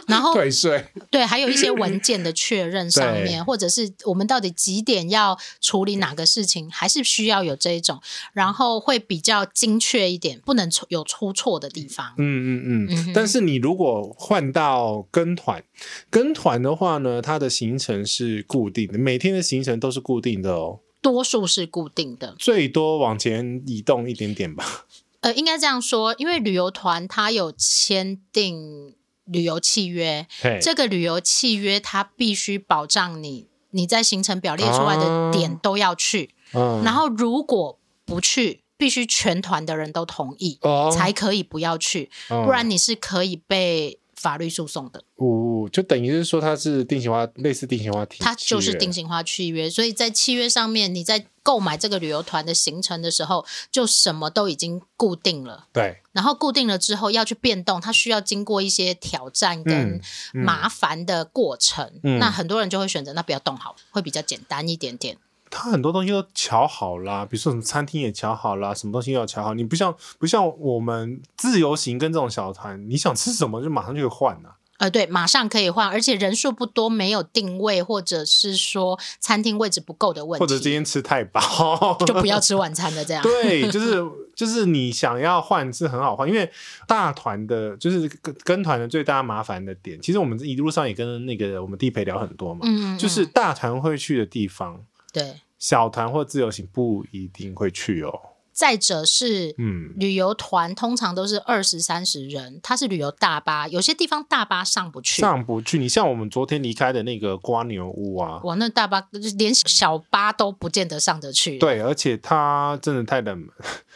A: 然后
B: 退税，
A: 对，还有一些文件的确认上面，或者是我们到底几点要处理哪个事情，还是需要有这一种，然后会比较精确一点，不能出有出错的地方。
B: 嗯嗯
A: 嗯哼
B: 嗯。但是你如果换到跟团，跟团的话呢，它的行程是固定的，每天的行程都是固定的哦。
A: 多数是固定的，
B: 最多往前移动一点点吧。
A: 呃，应该这样说，因为旅游团它有签订旅游契约，
B: 嘿
A: 这个旅游契约它必须保障你，你在行程表列出来的点
B: 哦
A: 都要去，
B: 嗯
A: 然后如果不去，必须全团的人都同意。
B: 哦
A: 才可以不要去，
B: 嗯
A: 不然你是可以被法律诉讼的。
B: 五就等于是说它是定型化，类似定型化体系，
A: 它就是定型化契约，所以在契约上面，你在购买这个旅游团的行程的时候，就什么都已经固定了。
B: 对，
A: 然后固定了之后要去变动，它需要经过一些挑战跟
B: 嗯嗯
A: 麻烦的过程。
B: 嗯
A: 那很多人就会选择那不要动好了，会比较简单一点点。
B: 它很多东西都瞧好啦，比如说什么餐厅也瞧好啦，什么东西都要瞧好。你不像不像我们自由行跟这种小团，你想吃什么就马上就可以换啊啦、
A: 呃，对，马上可以换，而且人数不多，没有定位或者是说餐厅位置不够的问题，
B: 或者今天吃太饱，
A: 就不要吃晚餐的这样。
B: 对，就是就是你想要换是很好换，因为大团的，就是跟跟团的最大麻烦的点，其实我们一路上也跟那个我们地陪聊很多嘛，
A: 嗯，嗯
B: 就是
A: 嗯
B: 大团会去的地方，
A: 对。
B: 小团或自由行不一定会去哦。
A: 再者是，
B: 嗯，
A: 旅游团通常都是二十三十人，它是旅游大巴，有些地方大巴上不去。
B: 上不去。你像我们昨天离开的那个瓜牛屋啊，
A: 哇，那大巴连小巴都不见得上得去。，
B: 对，而且它真的太冷门。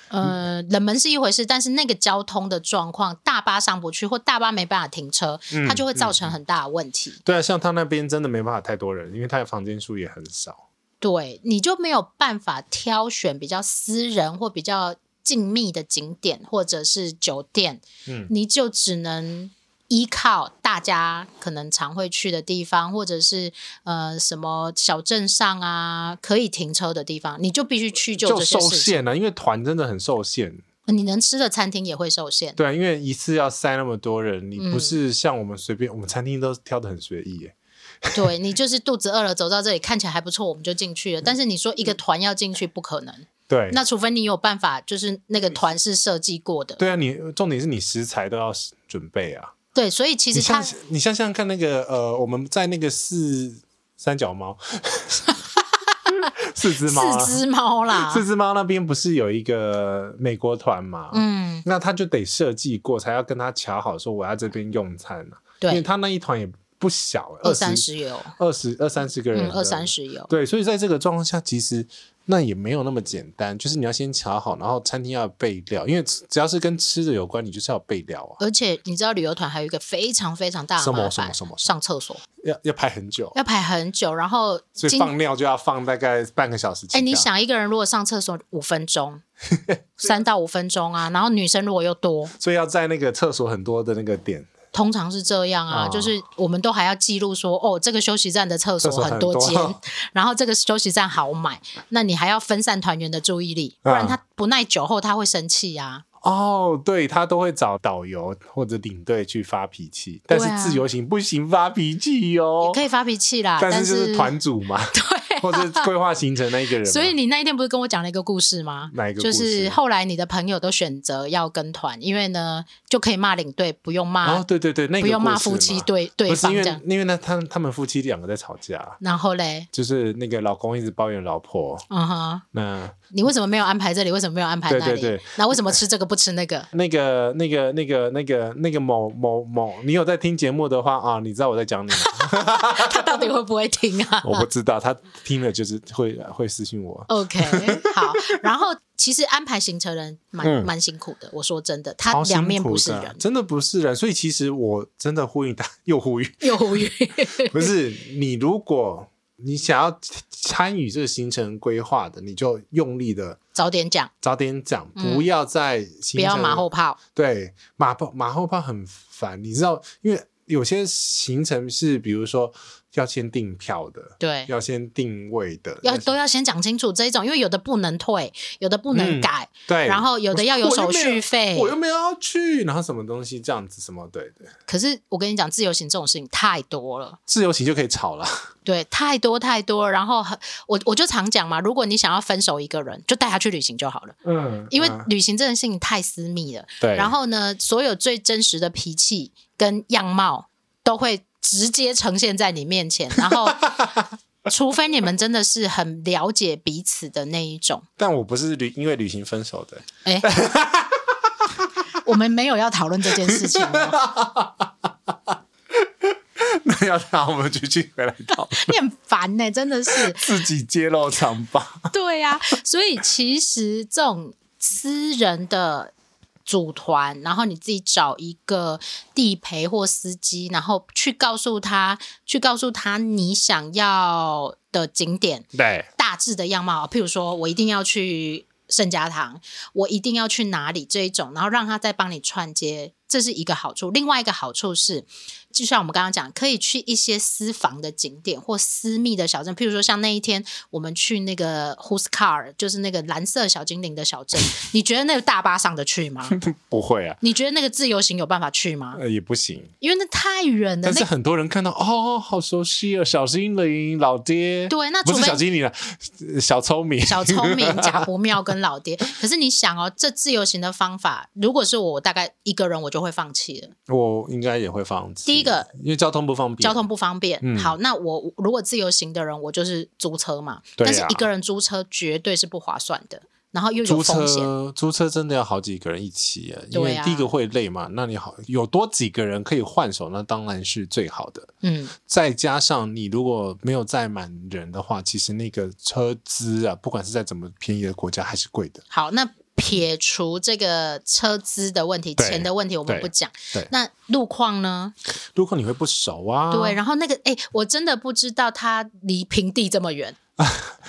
A: 呃，冷门是一回事，但是那个交通的状况，大巴上不去或大巴没办法停车，
B: 嗯
A: 它就会造成很大的问题。
B: 对啊，像他那边真的没办法太多人，因为他的房间数也很少。
A: 对，你就没有办法挑选比较私人或比较静谧的景点或者是酒店，
B: 嗯
A: 你就只能依靠大家可能常会去的地方，或者是呃什么小镇上啊可以停车的地方，你就必须去就
B: 就
A: 这些
B: 受
A: 事情。
B: 限啊了、因为团真的很受限。
A: 你能吃的餐厅也会受限。
B: 对啊、因为一次要塞那么多人，你不
A: 嗯
B: 是像我们随便，我们餐厅都挑的很随意耶。
A: 对你就是肚子饿了，走到这里看起来还不错，我们就进去了。但是你说一个团要进去不可能，
B: 嗯对，
A: 那除非你有办法，就是那个团是设计过的。
B: 对啊，你重点是你食材都要准备啊。
A: 对，所以其
B: 你
A: 实它
B: 像你想想看，那个呃，我们在那个四三 角猫，四只猫、啊，
A: 四只猫啦，
B: 四只猫那边不是有一个美国团嘛？
A: 嗯，
B: 那他就得设计过，才要跟他瞧好，说我要这边用餐啊。因为
A: 对，
B: 他那一团也不小，
A: 二
B: 二
A: 三
B: 十、
A: 十有，
B: 二十二三十个人
A: 嗯，
B: 的，
A: 二三十有，
B: 对，所以在这个状况下，其实那也没有那么简单，就是你要先瞧好，然后餐厅要有备料，因为只要是跟吃的有关，你就是要有备料啊，
A: 而且你知道旅游团还有一个非常非常大
B: 什
A: 的
B: 么
A: 麻
B: 什么
A: 烦
B: 什么，
A: 上厕所
B: 要要排很久，
A: 要排很久，然后
B: 所以
A: 今
B: 放尿就要放大概半个小时起跳。
A: 哎，你想一个人如果上厕所五分 钟，三到五分钟啊，然后女生如果又多，
B: 所以要在那个厕所很多的那个点，
A: 通常是这样啊，
B: 哦
A: 就是我们都还要记录说，哦，这个休息站的厕所
B: 厕所很
A: 很多间，
B: 多
A: 然后这个休息站好 买，那你还要分散团员的注意力，不然
B: 嗯
A: 他不耐久后他会生气啊。
B: 哦，对他都会找导游或者领队去发脾气，但是
A: 对啊
B: 自由行不行发脾气
A: 也
B: 哦，
A: 可以发脾气啦，
B: 但
A: 但
B: 是就是 团主嘛，
A: 对啊、
B: 或者规划行程那一个人嘛，
A: 所以你那一天不是跟我讲了一个故事吗？
B: 哪一个故
A: 就
B: 事
A: 是后来你的朋友都选择要跟团，因为呢就可以骂领队，不用骂，
B: 哦，对对对，那个
A: 啊不用骂
B: 故事
A: 夫妻
B: 嘛
A: 对对
B: 不是
A: 方
B: 因
A: 这
B: 为
A: 样。
B: 因为呢，他他们夫妻两个在吵架，
A: 然后嘞，
B: 就是那个老公一直抱怨老婆，
A: 嗯哼，
B: 那
A: 你为什么没有安排这里？为什么没有安排那里？
B: 对对对
A: 那为什么吃这个不吃那个？
B: 那个那个那个那个那个某某某，你有在听节目的话啊，你知道我在讲你吗？
A: 他到底会不会听啊？
B: 我不知道，他听了就是会会私信我。
A: OK，好。然后其实安排行程人蛮、
B: 嗯
A: 蛮辛苦的，我说真的，
B: 好
A: 他
B: 辛
A: 两面
B: 苦
A: 不是
B: 的
A: 人，
B: 真的不是人。所以其实我真的呼吁大， 又呼吁，
A: 又无 语。
B: 不是你如果你想要参与这个行程规划的，你就用力的
A: 早点讲，
B: 早点讲，不要在
A: 嗯
B: 行程、
A: 不要马后炮。
B: 对，马后马后炮很烦，你知道，因为有些行程是比如说要先订票的，
A: 对，
B: 要先定位的，
A: 要都要先讲清楚这一种，因为有的不能退，有的不能改，
B: 对，
A: 然后哎有的要有
B: 我又
A: 手
B: 没
A: 续费。
B: 嗯哎我又没有要去，然后什么东西这样子什么，对对，
A: 可是我跟你讲，自由行这种事情太多了。
B: 自由行就可以吵了，
A: 对，太多太多了，然后很我我就常讲嘛，如果你想要分手一个人，就带他去旅行就好了，
B: 嗯，
A: 因为
B: 嗯
A: 旅行这件事情太私密了。
B: 对，
A: 然后呢，所有最真实的脾气跟样貌都会直接呈现在你面前，然后除非你们真的是很了解彼此的那一种，
B: 但我不是旅因为旅行分手的，
A: 哎，我们没有要讨论这件事情哦，
B: 那要让我们继续回来到
A: 你很烦呢、真的是。
B: 自己揭露长 疤。
A: 对呀、所以其实这种私人的组团，然后你自己找一个地陪或司机，然后去告诉他，去告诉他你想要的景点，
B: 对，
A: 大致的样貌，啊譬如说我一定要去圣家堂，我一定要去哪里这一种，然后让他再帮你串接，这是一个好处。另外一个好处是，就像我们刚刚讲，可以去一些私房的景点或私密的小镇，譬如说像那一天我们去那个 Huskar，就是那个蓝色小精灵的小镇，你觉得那个大巴上得去吗？
B: 不会啊，
A: 你觉得那个自由行有办法去吗？
B: 呃，也不行。
A: 因为那太远了，
B: 但是
A: 那
B: 很多人看到哦，好熟悉哦，小精灵老爹，
A: 对那除
B: 不是
A: 非
B: 小精灵了，呃小聪明，
A: 小聪明、假不妙跟老爹。可是你想哦，这自由行的方法，如果是我，我大概一个人我就会放弃了，
B: 我应该也会放弃。
A: 第一个，
B: 因为交通不方便，
A: 交通不方便。
B: 嗯
A: 好，那我如果自由行的人，我就是租车嘛。
B: 对啊
A: 但是一个人租车绝对是不划算的。然后又有
B: 租
A: 风险。
B: 车租车真的要好几个人一起耶，因
A: 对
B: 为
A: 啊
B: 第一个会累嘛。那你好有多几个人可以换手，那当然是最好的。
A: 嗯，
B: 再加上你如果没有载满人的话，其实那个车资啊，不管是在怎么便宜的国家，还是贵的。
A: 好，那撇除这个车资的问题、
B: 对
A: 钱的问题，我们
B: 对
A: 不讲
B: 对。
A: 那路况呢？
B: 如果你会不熟啊，
A: 对，然后那个，哎、我真的不知道它离平地这么远。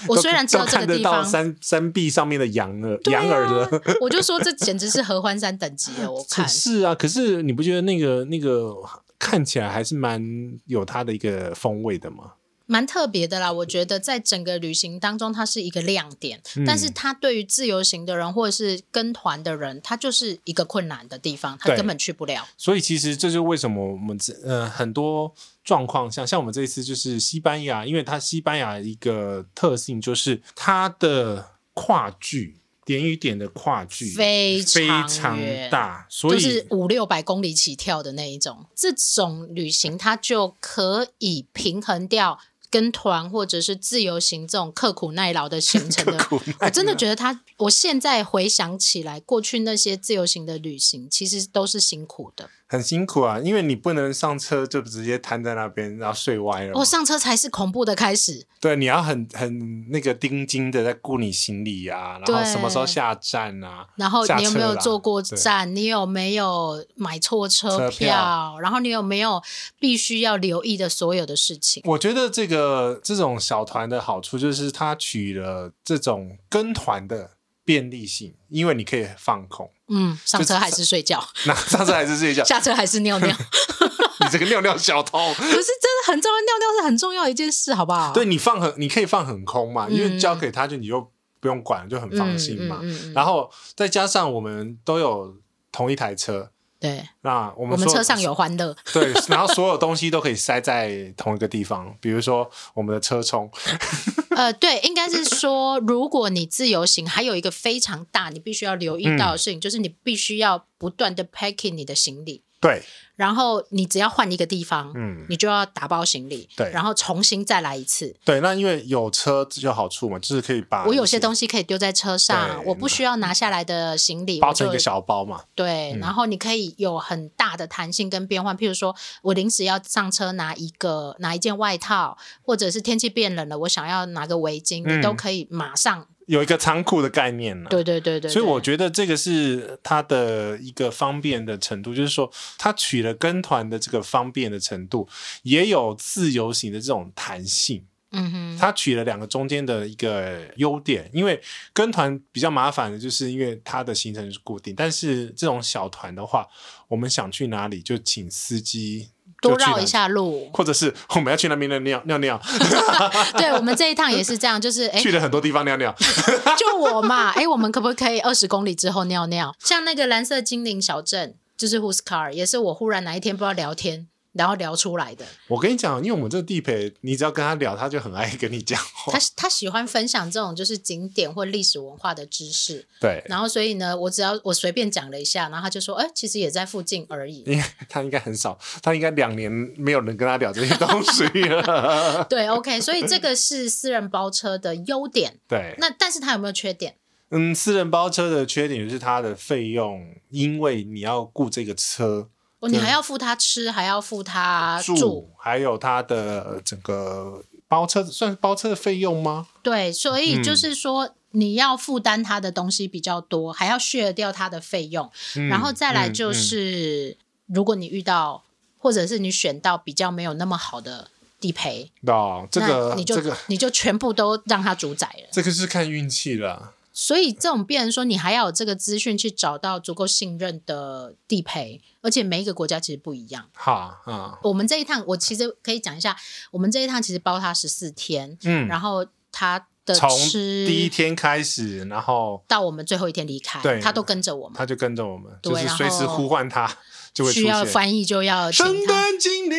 A: 我虽然知
B: 啊都
A: 道这
B: 看
A: 个
B: 得
A: 地
B: 到
A: 方，
B: 山山壁上面的羊了，
A: 对啊
B: 羊耳了。
A: 我就说这简直是合欢山等级了。我
B: 是
A: 看，
B: 是啊，可是你不觉得那个那个看起来还是蛮有它的一个风味的吗？
A: 蛮特别的啦，我觉得在整个旅行当中，它是一个亮点，
B: 嗯
A: 但是它对于自由行的人或者是跟团的人，它就是一个困难的地方，他
B: 对
A: 根本去不了。
B: 所以其实这就是为什么我们这呃很多状况像像我们这一次就是西班牙，因为它西班牙一个特性就是它的跨距点与点的跨距
A: 非常
B: 非常
A: 远
B: 大，所
A: 就
B: 以、
A: 是五六百公里起跳的那一种，这种旅行它就可以平衡掉跟团或者是自由行这种刻苦耐劳的行程 的。
B: 苦啊
A: 我真的觉得他，我现在回想起来，过去那些自由行的旅行其实都是辛苦的。
B: 很辛苦啊，因为你不能上车就直接瘫在那边，然后睡歪了嘛。
A: 我、哦上车才是恐怖的开始，
B: 对，你要很很那个盯紧的在顾你行李啊，然后
A: 对
B: 什么时候下站啊，
A: 然后
B: 下
A: 你有没
B: 车
A: 有
B: 啦
A: 坐过
B: 对
A: 站？你有没有买错车
B: 车票
A: 然后你有没有必须要留意的所有的事情？
B: 我觉得这个这种小团的好处就是它取了这种跟团的便利性，因为你可以放空，
A: 嗯，上
B: 就
A: 车还是睡觉，
B: 那上次还 是睡觉，
A: 下车还是尿 尿。
B: 你这个尿尿小 偷。
A: 可是真的很重要，尿尿是很重要的一件事，好不好？
B: 对你放很，你可以放很空嘛，因为
A: 嗯
B: 交给他就你就不用管，就很
A: 嗯，
B: 放心嘛。
A: 嗯嗯嗯
B: 然后再加上我们都有同一台车，
A: 对，
B: 那我
A: 我
B: 们
A: 们
B: 说
A: 车上有欢乐，
B: 对，然后所有东西都可以塞在同一个地方，比如说我们的车充，
A: 呃，对，应该是说，如果你自由行，还有一个非常大你必须要留意到的事
B: 嗯
A: 情，就是你必须要不断的 packing 你的行李。
B: 对，
A: 然后你只要换一个地方，
B: 嗯
A: 你就要打包行李，
B: 对
A: 然后重新再来一次。
B: 对，那因为有车这就好处嘛，就是可以把
A: 我有些
B: 西
A: 东西可以丢在车上，
B: 啊对
A: 我不需要拿下来的行李，
B: 包
A: 我就
B: 成一个小包嘛，
A: 对，
B: 嗯
A: 然后你可以有很大的弹性跟变换。譬如说我临时要上车拿一个拿一件外套，或者是天气变冷了，我想要拿个围巾，
B: 嗯
A: 你都可以马上。
B: 有一个仓库的概念呢、
A: 对对对对，
B: 所以
A: 对
B: 我觉得这个是它的一个方便的程度，就是说它取了跟团的这个方便的程度，也有自由行的这种弹性。
A: 嗯哼，
B: 它取了两个中间的一个优点，因为跟团比较麻烦的就是因为它的行程是固定，但是这种小团的话，我们想去哪里就请司机就
A: 多
B: 去
A: 绕
B: 哪
A: 一，下 路。
B: 或者是我们要去那边的尿尿尿，
A: 对我们这一趟也是这样，就是哎，
B: 去了很多地方尿尿。
A: 就我嘛，哎，我们可不可以二十公里之后尿尿？像那个蓝色精灵小镇，就是 Who's Car，也是我忽然哪一天不知道聊天，然后聊出来的。
B: 我跟你讲，因为我们这个地陪，你只要跟他聊，他就很爱跟你讲话
A: 他。他喜欢分享这种就是景点或历史文化的知识，
B: 对，
A: 然后所以呢，我只要我随便讲了一下，然后他就说，哎，其实也在附近而已。
B: 因为他应该很少，他应该两年没有人跟他聊这些东西了。
A: 对，OK，所以这个是私人包车的优点。
B: 对，
A: 那但是它有没有缺点？
B: 嗯，私人包车的缺点就是它的费用，因为你要雇这个车
A: 哦，你
B: 对
A: 还要付他吃，还要付他
B: 住，
A: 住，
B: 还有它的呃整个包车算是包车的费用吗？
A: 对，所以
B: 嗯
A: 就是说。你要负担他的东西比较多，还要削掉他的费用，
B: 嗯
A: 然后再来就
B: 嗯
A: 是，如果你遇到或者是你选到比较没有那么好的地陪，
B: 嗯哦，这
A: 那
B: 个
A: 你就、
B: 这个
A: 你就全部都让他主宰了。
B: 这个是看运气了。
A: 所以这种变成说，你还要有这个资讯去找到足够信任的地陪，而且每一个国家其实不一样。
B: 哈啊，
A: 我们这一趟，我其实可以讲一下，我们这一趟其实包他十四天，
B: 嗯，
A: 然后他的
B: 从
A: 吃
B: 第一天开始，然后
A: 到我们最后一天离开，
B: 对
A: 他都跟着我们，
B: 他就跟着我们，
A: 对
B: 就是随时
A: 然后
B: 呼唤他 就会出
A: 需要
B: 现。
A: 翻译就要请
B: 圣
A: 他，
B: 诞 精灵，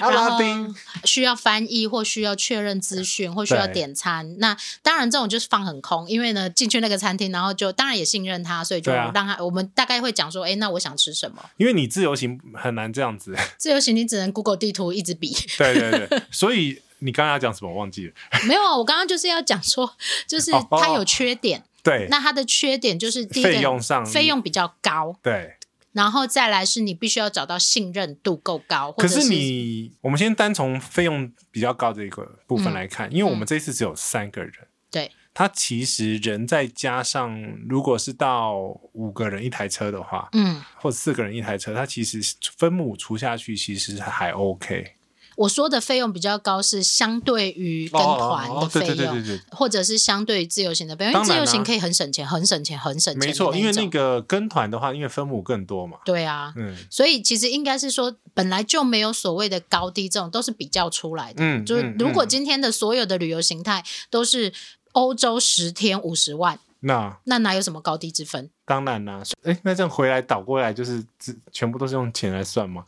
B: 阿
A: 然
B: 拉
A: 后
B: 丁，
A: 需要翻译或需要确认资讯或需要
B: 对
A: 点餐。那当然这种就是放很空，因为呢进去那个餐厅，然后就当然也信任他，所以就
B: 对啊
A: 让他、我们大概会讲说，哎，那我想吃什么？
B: 因为你自由行很难这样子。
A: 自由行你只能 Google 地图一直比。
B: 对对对， 所以你刚刚要讲什么我忘记了。
A: 没有啊，我刚刚就是要讲说，就是
B: 哦哦
A: 它有缺点，
B: 对，
A: 那它的缺点就是第一
B: 费
A: 个
B: 用上
A: 费用比较高，
B: 对。
A: 然后再来是你必须要找到信任度够高，或
B: 可
A: 者
B: 是你，我们先单从费用比较高这一个部
A: 嗯
B: 分来看，因为我们这次只有三个人，
A: 对
B: 他其实人再加上，如果是到五个人一台车的话，
A: 嗯，
B: 或者四个人一台车，它其实分母除下去其实还 OK。
A: 我说的费用比较高是相对
B: 哦
A: 于跟团的费
B: 对
A: 用。
B: 对对对对，
A: 或者是相对于自由行的费用，因为
B: 当然
A: 自
B: 啊
A: 由行可以很省钱、很省钱、很省钱的种。
B: 没错，因为那个跟团的话，因为分母更多嘛，
A: 对啊，
B: 嗯
A: 所以其实应该是说，本来就没有所谓的高低，这种都是比较出来的。
B: 嗯，
A: 就是
B: 嗯
A: 如果
B: 嗯
A: 今天的所有的旅游形态都是欧洲十天五十万，
B: 那
A: 那哪有什么高低之分？
B: 当然啦，哎，那这样回来倒过来就是只全部都是用钱来算吗？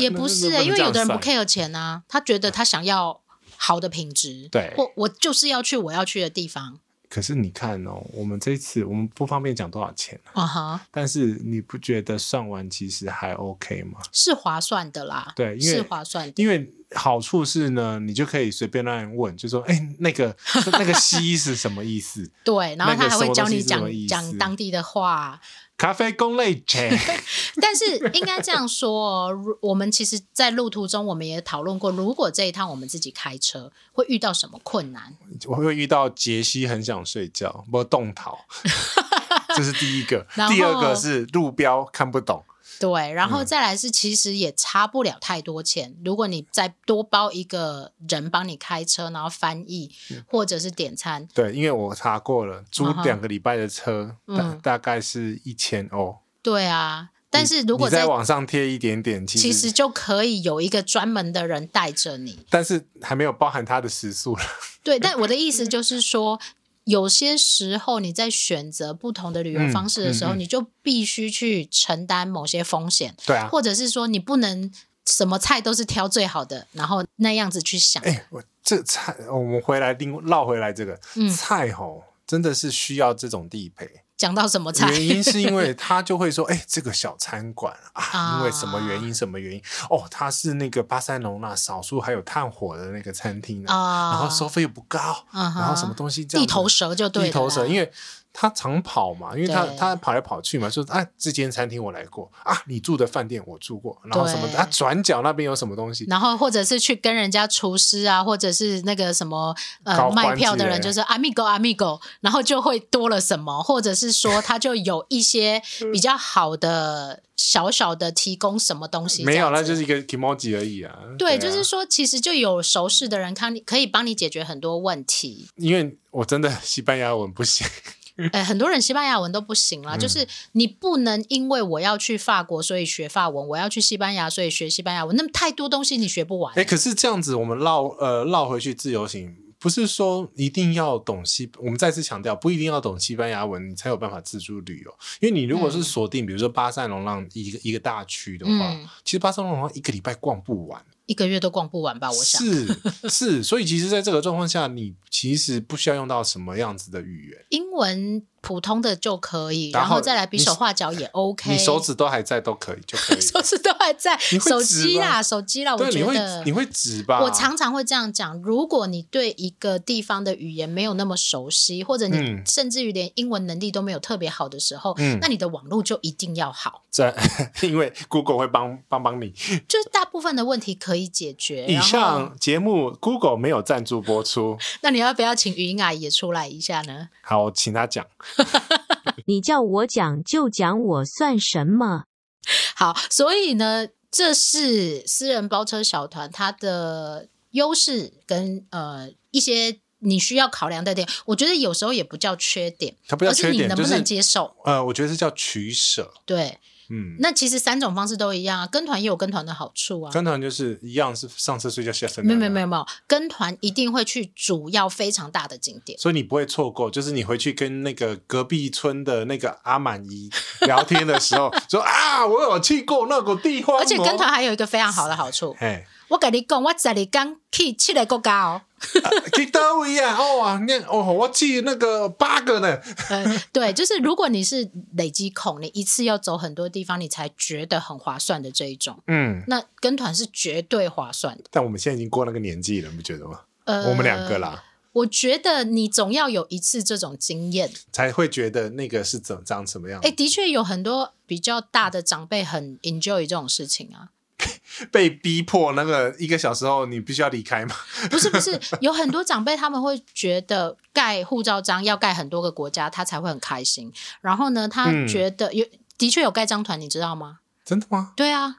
A: 也不是、
B: 那那
A: 欸，因为有的人
B: 不
A: 不
B: 能这
A: care 钱啊，他觉得他想要好的品质，
B: 对
A: 或我就是要去我要去的地方。
B: 可是你看哦，我们这一次我们不方便讲多少钱，
A: 啊哈，
B: 但是你不觉得算完其实还 OK 吗？
A: 是划算的啦，
B: 对因为
A: 是划算的。
B: 因为好处是呢，你就可以随便让人问，就说哎，那个那个 西是什么意思？
A: 对，然后
B: 那
A: 他
B: 个
A: 还
B: 什
A: 会
B: 么
A: 教
B: 东西
A: 你
B: 是什
A: 讲
B: 么意思
A: 讲当地的话，
B: 咖啡公类钱，
A: 但是 应该这样说、哦，如我们其实，在路途中我们也讨论过，如果这一趟我们自己开车，会遇到什么困难？
B: 我会遇到杰西很想睡觉，不动 逃，这是第一个
A: 然。后
B: 第二个是路标看不懂，
A: 对，然
B: 嗯
A: 后再来是，其实也差不了太多钱。如果你再多包一个人帮你开车，然后翻译
B: 嗯
A: 或者是点餐，
B: 对，因为我查过了，租
A: 嗯哼
B: 两个礼拜的车，大
A: 嗯
B: 大概是一千欧。
A: 对啊。但是如果
B: 你再
A: 在
B: 往上贴一点点，
A: 其
B: 其
A: 实
B: 实
A: 就可以有一个专门的人带着你。
B: 但是还没有包含它的时速了。
A: 对，但我的意思
B: 嗯
A: 就是说，有些时候你在选择不同的旅游方式的时候，
B: 嗯嗯嗯
A: 你就必须去承担某些风险，
B: 对啊，
A: 或者是说你不能什么菜都是挑最好的，然后那样子去想。
B: 哎、我这菜，哦我们回来另绕回来这个、
A: 嗯
B: 菜吼，真的是需要这种地陪。
A: 讲到什么菜，
B: 原因是因为他就会说，哎、这个小餐馆啊，
A: 啊
B: 因为什么原因什么原因？哦，它是那个巴塞隆那少数还有炭火的那个餐厅啊，
A: 啊，
B: 然后收费又不高，
A: 嗯哼
B: 然后什么东西这样
A: 地
B: 子
A: 头蛇就对了啦，
B: 地头蛇，因
A: 为
B: 为他常跑嘛，因为他
A: 对
B: 他跑来跑去嘛，说啊这间餐厅我来过啊，你住的饭店我住过，然后什么
A: 对
B: 啊转角那边有什么东西，
A: 然后或者是去跟人家厨师啊，或者是那个什么呃
B: 搞关系
A: 卖票的人，
B: 欸
A: 就是阿米狗阿米狗，然后就会多了什么，或者是说他就有一 些比较好的小小的提供什么东西，
B: 没
A: 这
B: 有，
A: 样
B: 那
A: 子
B: 就是一个 emoji 而已啊。
A: 对，
B: 啊
A: 就是说其实就有熟识的人，看你可以帮你解决很多问题。
B: 因为我真的西班牙文不行，嗯
A: 呃，很多人西班牙文都不行啦，就是你不能因为我要去法国，所以学法文；我要去西班牙，所以学西班牙文。那么太多东西你学不完、
B: 哎，可是这样子我们绕呃绕回去自由行，不是说一定要懂西，我们再次强调，不一定要懂西班牙文你才有办法自助旅游，因为你如果是锁定比如说巴塞隆那一个一个大区的话，
A: 嗯
B: 其实巴塞隆那一个礼拜逛不完。啊
A: 一个月都逛不完吧？我想。
B: 是是，所以其实在这个状况下，你其实不需要用到什么样子的语言，
A: 英文普通的就可以，
B: 然
A: 然
B: 后
A: 后再来比
B: 你
A: 手画脚也 OK。
B: 你手指都还在都可以，就可以了。
A: 手指都还在，
B: 你会
A: 手机
B: 指
A: 啦，
B: 吗
A: 手机啦，我
B: 对，你
A: 觉
B: 会
A: 得
B: 你。会指吧？
A: 我常常会这样讲：如果你对一个地方的语言没有那么熟悉，或者你
B: 嗯
A: 甚至于连英文能力都没有特别好的时候，
B: 嗯
A: 那你的网络就一定要好，
B: 在， 因为 Google 会帮帮帮你。
A: 就是大部分的问题可以解决。
B: 以
A: 然后
B: 上节目 Google 没有赞助播出，
A: 那你要不要请语音阿姨也出来一下呢？
B: 好，我请他讲。
D: 你叫我讲就讲，我算什么？
A: 好，所以呢，这是私人包车小团它的优势跟呃一些你需要考量的点，我觉得有时候也不叫缺点，
B: 它不叫
A: 而是
B: 缺
A: 你
B: 点，
A: 能
B: 就
A: 不能
B: 是
A: 接受。
B: 呃，我觉得是叫取舍。
A: 对，
B: 嗯，
A: 那其实三种方式都一样啊，跟团也有跟团的好处啊。
B: 跟团就是一样是上车睡觉，下车
A: 没有
B: 尿
A: 没有
B: 尿
A: 没有没有，跟团一定会去主要非常大的景点。
B: 所以你不会错过，就是你回去跟那个隔壁村的那个阿满姨聊天的时 候，说啊，我有去过那个地方哦、
A: 而且跟团还有一个非常好的好 处，
B: 哎，
A: 我跟你讲，我这里刚去七个国家哦，
B: 啊去到位啊，哦啊，那哦，我去那个八个呢，
A: 呃， 对，就是如果你是累积控，你一次要走很多地方，你才觉得很划算的这一种，
B: 嗯，
A: 那跟团是绝对划算的。
B: 但我们现在已经过那个年纪了，你不觉得吗？
A: 呃，
B: 我们两个。啦，
A: 我觉得你总要有一次这种经验。
B: 才会觉得那个是怎么长什么样
A: 哎、，的确有很多比较大的长辈很 enjoy 这种事情啊。
B: 被逼迫那个一个小时后你必须要离开嘛？
A: 不是不是，有很多长辈他们会觉得盖护照章要盖很多个国家，他才会很开心。然后呢，他
B: 嗯
A: 觉得有、的确有盖章团，你知道吗？
B: 真的吗？
A: 对啊，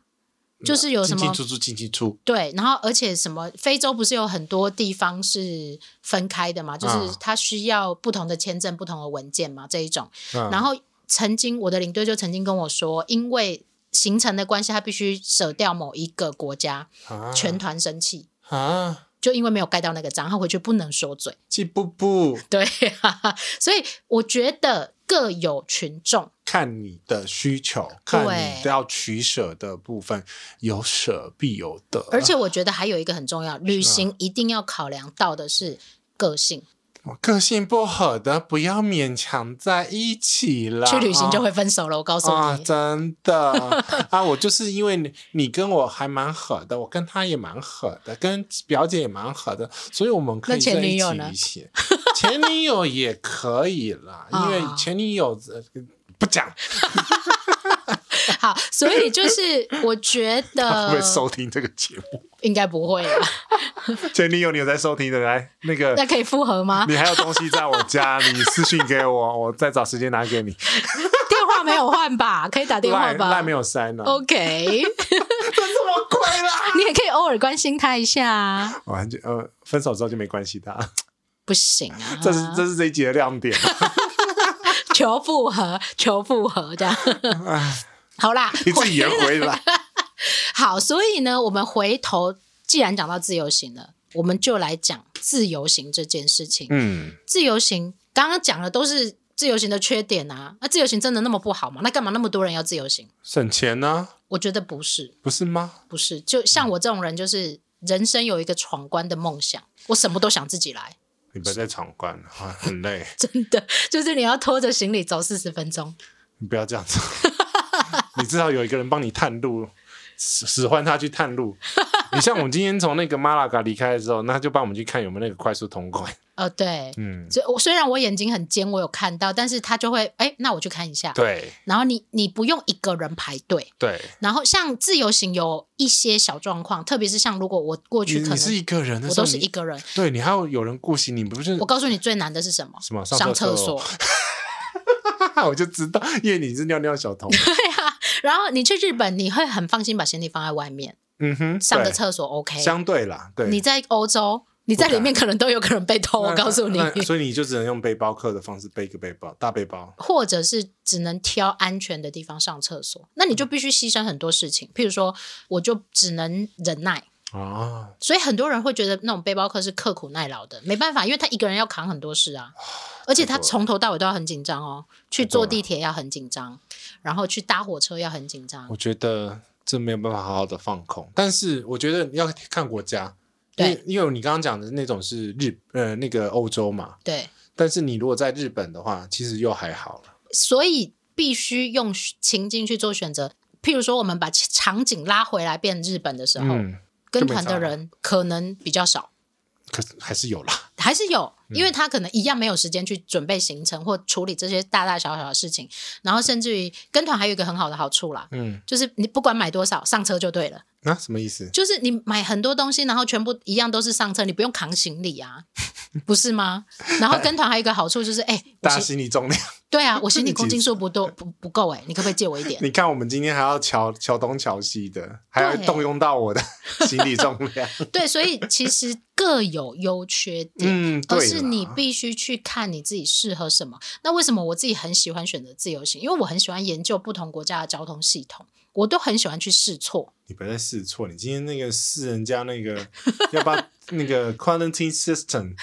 A: 就是有什
B: 嗯进
A: 么
B: 进出出，进进出。
A: 对，然后而且什么，非洲不是有很多地方是分开的嘛，就是
B: 嗯
A: 它需要不同的签证、不同的文件嘛，这一种。
B: 嗯
A: 然后曾经我的领队就曾经跟我说，因为行程的关系，他必须舍掉某一个国家，
B: 啊
A: 全团生气，
B: 啊，
A: 就因为没有盖到那个章，他回去不能说嘴。
B: 记不不
A: 对、啊，所以我觉得各有群众，
B: 看你的需求，看你
A: 对
B: 要取舍的部分，有舍必有得。
A: 而且我觉得还有一个很重
B: 啊
A: 要，旅行一定要考量到的是个性，
B: 我个性不合的，不要勉强在一起啦。
A: 去旅行就
B: 啊
A: 会分手了。我告诉
B: 啊，
A: 你，
B: 真的 啊！我就是因为你，你跟我还蛮合的，我跟他也蛮合的，跟表姐也蛮合的，所以我们可
A: 那
B: 以
A: 前
B: 在
A: 女
B: 一
A: 友
B: 起
A: 呢
B: 一起。前女友也可以 啦，因为
A: 啊
B: 前女友、呃、不讲，
A: 好，所以就是我觉
B: 她
A: 得
B: 会不会收听这个节目？
A: 应该不会啦，
B: 前女友，你有在收听的？来，那个
A: 那可以复合吗？
B: 你还有东西在我 家，你私信给我，我再找时间拿给你。
A: 电话没有换 吧？可以打电话
B: 赖
A: 吧哦
B: 赖没有删啊呢、
A: ？OK，
B: 这么啊贵啦！
A: 你也可以偶尔关心他一下啊。
B: 完全呃，分手之后就没关系的啊，
A: 不行啊，
B: 这是这是这一集的亮点。啊
A: 求复合，求复合这样。好啦，
B: 你自己也回来。
A: 好，所以呢，我们回头既然讲到自由行了，我们就来讲自由行这件事情。
B: 嗯，
A: 自由行刚刚讲的都是自由行的缺点啊，那、自由行真的那么不好吗？那干嘛那么多人要自由行？
B: 省钱呢、
A: 我觉得不是，
B: 不是吗？
A: 不是。就
B: 嗯
A: 像我这种人，就是人生有一个闯关的梦想，我什么都想自己来，
B: 你不要再闯关了，啊很累。
A: 真的。就是你要拖着行李走四十分钟，
B: 你不要这样子， 你至少有一个人帮你探路，使使唤他去探路。你像我们今天从那个马拉嘎离开的时候，那他就帮我们去看有没有那个快速通关。
A: 呃，对。
B: 嗯，
A: 所以，我虽然我眼睛很尖，我有看到，但是他就会，哎、那我去看一下。
B: 对
A: 然后你你不用一个人排队，
B: 对，
A: 然后像自由行有一些小状况，特别是像如果我过
B: 你
A: 去可
B: 你是一
A: 能
B: 个人的
A: 我
B: 时候，
A: 都是
B: 你
A: 一个人。
B: 对你还要有人顾惜你，不是
A: 我告诉你最难的是什么？
B: 什么
A: 上
B: 上
A: 厕
B: 厕
A: 所
B: 所。 我就知道，因为你是尿尿小童。
A: 然后你去日本，你会很放心把行李放在外面，
B: 嗯哼，
A: 上个
B: 对
A: 厕所 OK。
B: 相对啦，对，
A: 你在欧洲，你在里面可能都有可能被偷。
B: 那
A: 我告诉你，
B: 那所以你就只能用背包客的方式背一个背包，大背包。
A: 或者是只能挑安全的地方上厕所，那你就必须牺牲很多事情。譬如说，我就只能忍耐。
B: 啊，
A: 所以很多人会觉得那种背包客是刻苦耐劳的，没办法，因为他一个人要扛很多事 啊，而且他从头到尾都要很紧张哦。去坐地铁要很紧张，然后去搭火车要很紧张
B: 我。觉得这没有办法好好的放空，但是我觉得要看国家，因为
A: 对
B: 因为你刚刚讲的那种是日呃那个欧洲嘛，
A: 对，
B: 但是你如果在日本的话，其实又还好了。
A: 所以必须用情境去做选择。譬如说，我们把场景拉回来变日本的时候，
B: 嗯，
A: 跟团的人可能比较少，
B: 可是还是有啦。
A: 还是有，因为他可能一样没有时间去准备行程或处理这些大大小小的事情。然后，甚至于跟团还有一个很好的好处啦，
B: 嗯，
A: 就是你不管买多少，上车就对了。
B: 那、啊什么意思？
A: 就是你买很多东西，然后全部一样都是上车，你不用扛行李啊，不是吗？然后跟团还有一个好处就是，哎、我
B: 大家
A: 行
B: 行李重量，
A: 对啊，我行李公斤数不多不不够哎、你可不可以借我一 点？
B: 你看我们今天还要瞧瞧东瞧西的，还要
A: 对
B: 动用到我的 行李重量。
A: 对，所以其实各有优缺点。
B: 嗯，
A: 而
B: 对啦，
A: 是你必须去看你自己适合什么。那为什么我自己很喜欢选择自由行？因为我很喜欢研究不同国家的交通系统，我都很喜欢去试错。
B: 你别再试错，你今天那个试人家那个要把 那个 quarantine system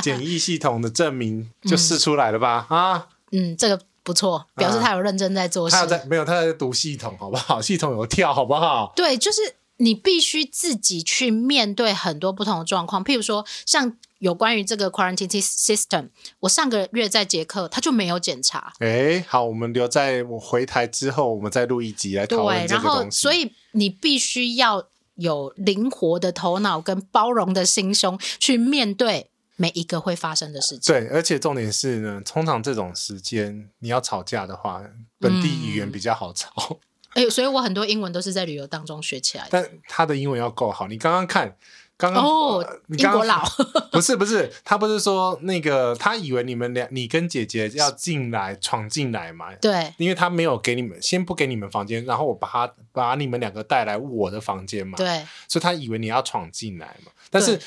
B: 检疫系统的证明就试出来了吧？啊，
A: 嗯，这个不错，表示他有认真在做事。
B: 他有在没有他在读系统好不好？系统有跳好不好？
A: 对，就是你必须自己去面对很多不同的状况，譬如说像有关于这个 quarantine system，我上个月在捷克，他就没有检查。
B: 哎，好，我们留在我回台之后，我们再录一集来讨
A: 对
B: 论，这
A: 然
B: 个
A: 后
B: 东西。
A: 所以你必须要有灵活的头脑跟包容的心胸去面对每一个会发生的事情。
B: 对，而且重点是呢，通常这种时间你要吵架的话，本地
A: 嗯
B: 语言比较好吵，
A: 哎，所以我很多英文都是在旅游当中学起来的。
B: 但他的英文要够好。你刚刚看，刚刚
A: 哦，
B: 你
A: 英
B: 刚
A: 国
B: 刚
A: 佬
B: 不是不是，他不是说那个，他以为你们俩，你跟姐姐要进来闯进来嘛，
A: 对
B: 因为他没有给你们，先不给你们房间，然后我把他把你们两个带来我的房间嘛，
A: 对，
B: 所以他以为你要闯进来嘛，但是
A: 对。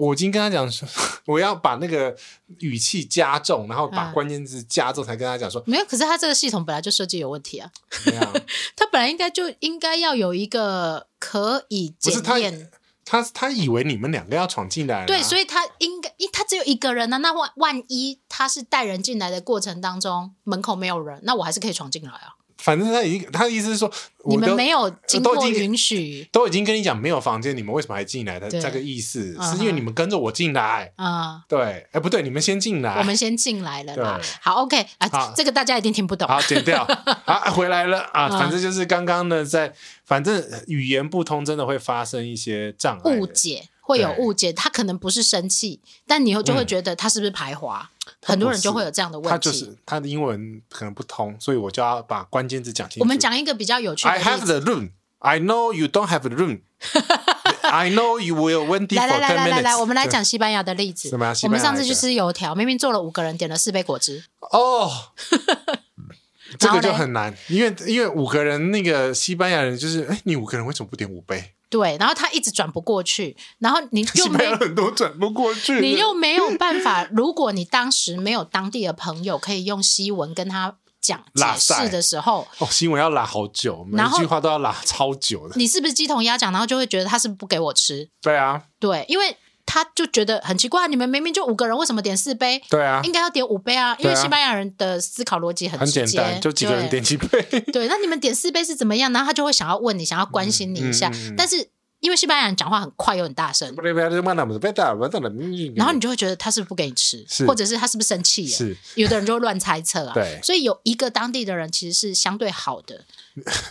B: 我已经跟他讲说，我要把那个语气加重，然后
A: 嗯
B: 把关键字加重，才跟他讲说，
A: 没有。可是他这个系统本来就设计有问题啊，
B: 怎么样？
A: 他本来应该就应该要有一个可以
B: 不
A: 检
B: 是他
A: 验。
B: 他他以为你们两个要闯进来啦，
A: 对，所以他应该，因他只有一个人呢、啊那万万一他是带人进来的过程当中，门口没有人，那我还是可以闯进来啊。
B: 反正他已经他的意思是说，我
A: 你们
B: 都
A: 没有经
B: 都
A: 过
B: 已经
A: 允许
B: 都已经跟你讲没有房间，你们为什么还进来？他
A: 对
B: 这个意思
A: 嗯哼
B: 是因为你们跟着我进来，
A: 啊、
B: 对，哎，不对，你们先进来，
A: 我们先进来了啦
B: 对。
A: 好，OK 啊
B: 好，
A: 这个大家一定听不懂。
B: 好剪 掉啊，回来了啊，
A: 嗯
B: 反正就是刚刚呢，在反正语言不通，真的会发生一些障碍，
A: 误解，会有
B: 对
A: 误解。他可能不是生气，但你又就会
B: 嗯
A: 觉得他是不是排华？
B: 他
A: 很多
B: 不
A: 人就是会有这样的问题。
B: 他就是他的英文可能不通，所以我就要把关键字讲清楚。
A: 我们讲一个比较有趣的
B: ，I
A: 例
B: have
A: 子。
B: the room. I know you don't have the room. I know you will wait for
A: 来来
B: ten
A: 来
B: minutes.
A: 来来来，我们来讲西班牙的例子
B: 什么啊。西
A: 我
B: 班
A: 们
B: 牙
A: 上次
B: 哪一
A: 去
B: 个
A: 吃油条，明明坐了五个人，点了四杯果汁，
B: 哦。这
A: 然后
B: 个就
A: 嘞
B: 很难，因为因为五个人那个西班牙人就是，哎，你五个人为什么不点五杯？
A: 对，然后他一直转不过去，然后 你又
B: 西班
A: 没
B: 牙很多转不过去，
A: 你又没有办法。如果你当时没有当地的朋友可以用西文跟他讲
B: 拉
A: 解
B: 塞
A: 释的时候，
B: 哦，新闻要拉好久，每
A: 然
B: 一
A: 后
B: 句话都要拉超久的。
A: 你是不是鸡同鸭讲？然后就会觉得他是不是不给我吃？
B: 对啊，
A: 对，因为他就觉得很奇怪，你们明明就五个人，为什么点四杯？
B: 对啊
A: 应，该要点五杯啊，因为
B: 对啊
A: 西班牙人的思考逻辑
B: 很
A: 哎直
B: 简
A: 接，
B: 单，就几个人点几杯。
A: 对。对，那你们点四杯是怎么样？然后他就会想要问你，想要关心你一下，
B: 嗯嗯嗯嗯
A: 但是因为西班牙人讲话很快又很大声。然后你就会觉得他是不是不给你吃
B: 是，
A: 或者是他是不是生气了？
B: 是
A: 有的人就会乱猜测啊。
B: 对
A: 所以有一个当地的人其实是相对好的，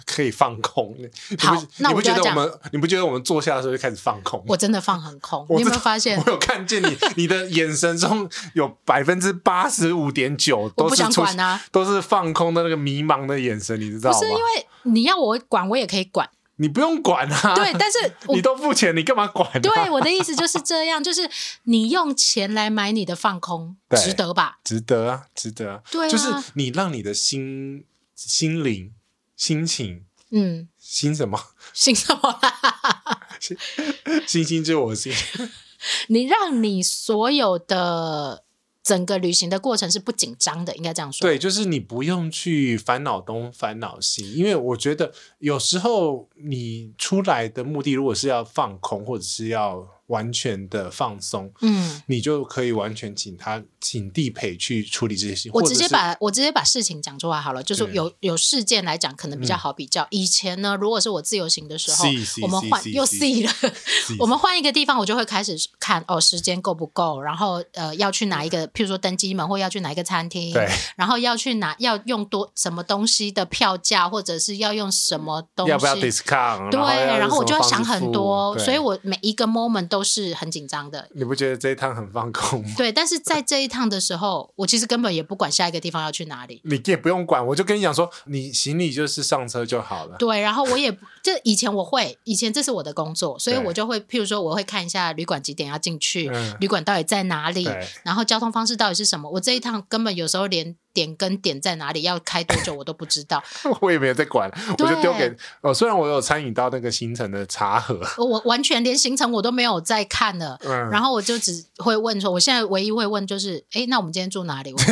B: 可以放空。你不
A: 好那
B: 你不
A: 我就
B: 觉
A: 要
B: 得我
A: 讲
B: 们，你不觉得我们坐下的时候就开始放空？
A: 我真的放很空。
B: 我
A: 你有没有
B: 知道
A: 发现？
B: 我有看见你， 你的眼神中有百分之八十五点九
A: 我
B: 都
A: 不
B: 是
A: 想
B: 出
A: 管啊，
B: 都是放空的那个迷茫的眼神，你知道
A: 不
B: 吗
A: 是？因为你要我管，我也可以管。
B: 你不用管啊，
A: 对， 但是我
B: 你都付钱，你干嘛管、啊？
A: 对，我的意思就是这样，就是你用钱来买你的放空，
B: 对
A: 值得吧？
B: 值得啊，值得啊，
A: 对啊
B: 就是你让你的心心灵、心情、
A: 嗯，
B: 心什么？
A: 心什么啦？
B: 星星就是我的心，
A: 你让你所有的整个旅行的过程是不紧张的，应该这样说。
B: 对，就是你不用去烦恼东烦恼西，因为我觉得有时候你出来的目的，如果是要放空，或者是要完全的放松，
A: 嗯，
B: 你就可以完全请他请地陪去处理这些事情，
A: 我
B: 或
A: 直
B: 者
A: 接
B: 是
A: 把我直接把事情讲出来好了，就是
B: 对嗯
A: 有有事件来讲，可能比较好比较。以前呢，如果是我自由行的时候
B: 是是，
A: 我们
B: 是
A: 换
B: 是
A: 又
B: 是
A: C 了，
B: 自己
A: 我们换一个地方，我就会开始看哦，时间够不够，然后呃要去哪一个，譬如说登机门或要去哪一个餐厅，
B: 对
A: 然后要去哪要用多什么东西的票价，或者是要用什么东西，
B: 要不要 discount？
A: 对，然后我就会
B: 要
A: 想很多，所以
B: 我
A: 我每一个 moment 都是很紧张的。
B: 你不觉得这一趟很放空吗？
A: 对，但是在这一趟的时候，我其实根本也不管下一个地方要去哪里。
B: 你也不用管，我就跟你讲说，你行李就是上车就好了。
A: 对，然后我也这以前我会，以前这是我的工作，所以
B: 对
A: 我就会，譬如说我会看一下旅馆几点要进去，
B: 嗯
A: 旅馆到底在哪里
B: 对，
A: 然后交通方式到底是什么。我这一趟根本有时候连点跟点在哪里要开多久我都不知道，
B: 我也没有在管，我
A: 对
B: 就丢给哦。虽然我有参与到那个行程的茶盒，
A: 我我完全连行程我都没有在看了。
B: 嗯，
A: 然后我就只会问说，我现在唯一会问就是，哎，那我们今天住哪里？我们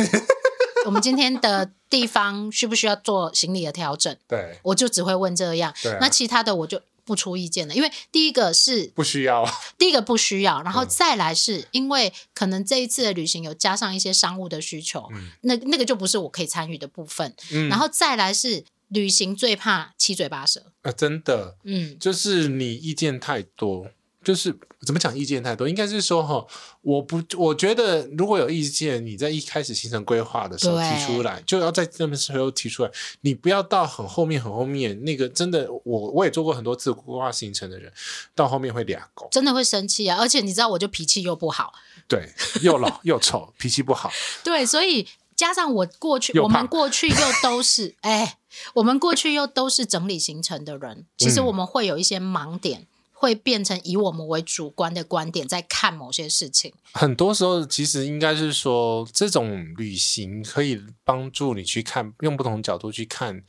A: 我们今天的地方需不需要做行李的调整？
B: 对，
A: 我就只会问这样，
B: 对啊
A: 那其他的我就不出意见了，因为第一个是
B: 不需要，
A: 第一个不需要，然后
B: 嗯
A: 再来是因为可能这一次的旅行有加上一些商务的需求，
B: 嗯
A: 那那个就不是我可以参与的部分。
B: 嗯，
A: 然后再来是旅行最怕七嘴八舌，
B: 呃真的
A: 嗯，
B: 就是你意见太多，就是怎么讲意见太多，应该是说哈，我不我觉得如果有意见，你在一开始形成规划的时候
A: 对
B: 提出来，就要在那边时候提出来，你不要到很后面很后面那个真的，我我也做过很多次规划行程的人，到后面会俩狗，
A: 真的会生气啊！而且你知道，我就脾气又不好，
B: 对，又老又丑，脾气不好，
A: 对，所以加上我过去，
B: 又
A: 我们
B: 胖
A: 过去又都是 哎，我们过去又都是整理行程的人，其实
B: 嗯
A: 我们会有一些盲点。会变成以我们为主观的观点在看某些事情，
B: 很多时候其实应该是说，这种旅行可以帮助你去看，用不同角度去看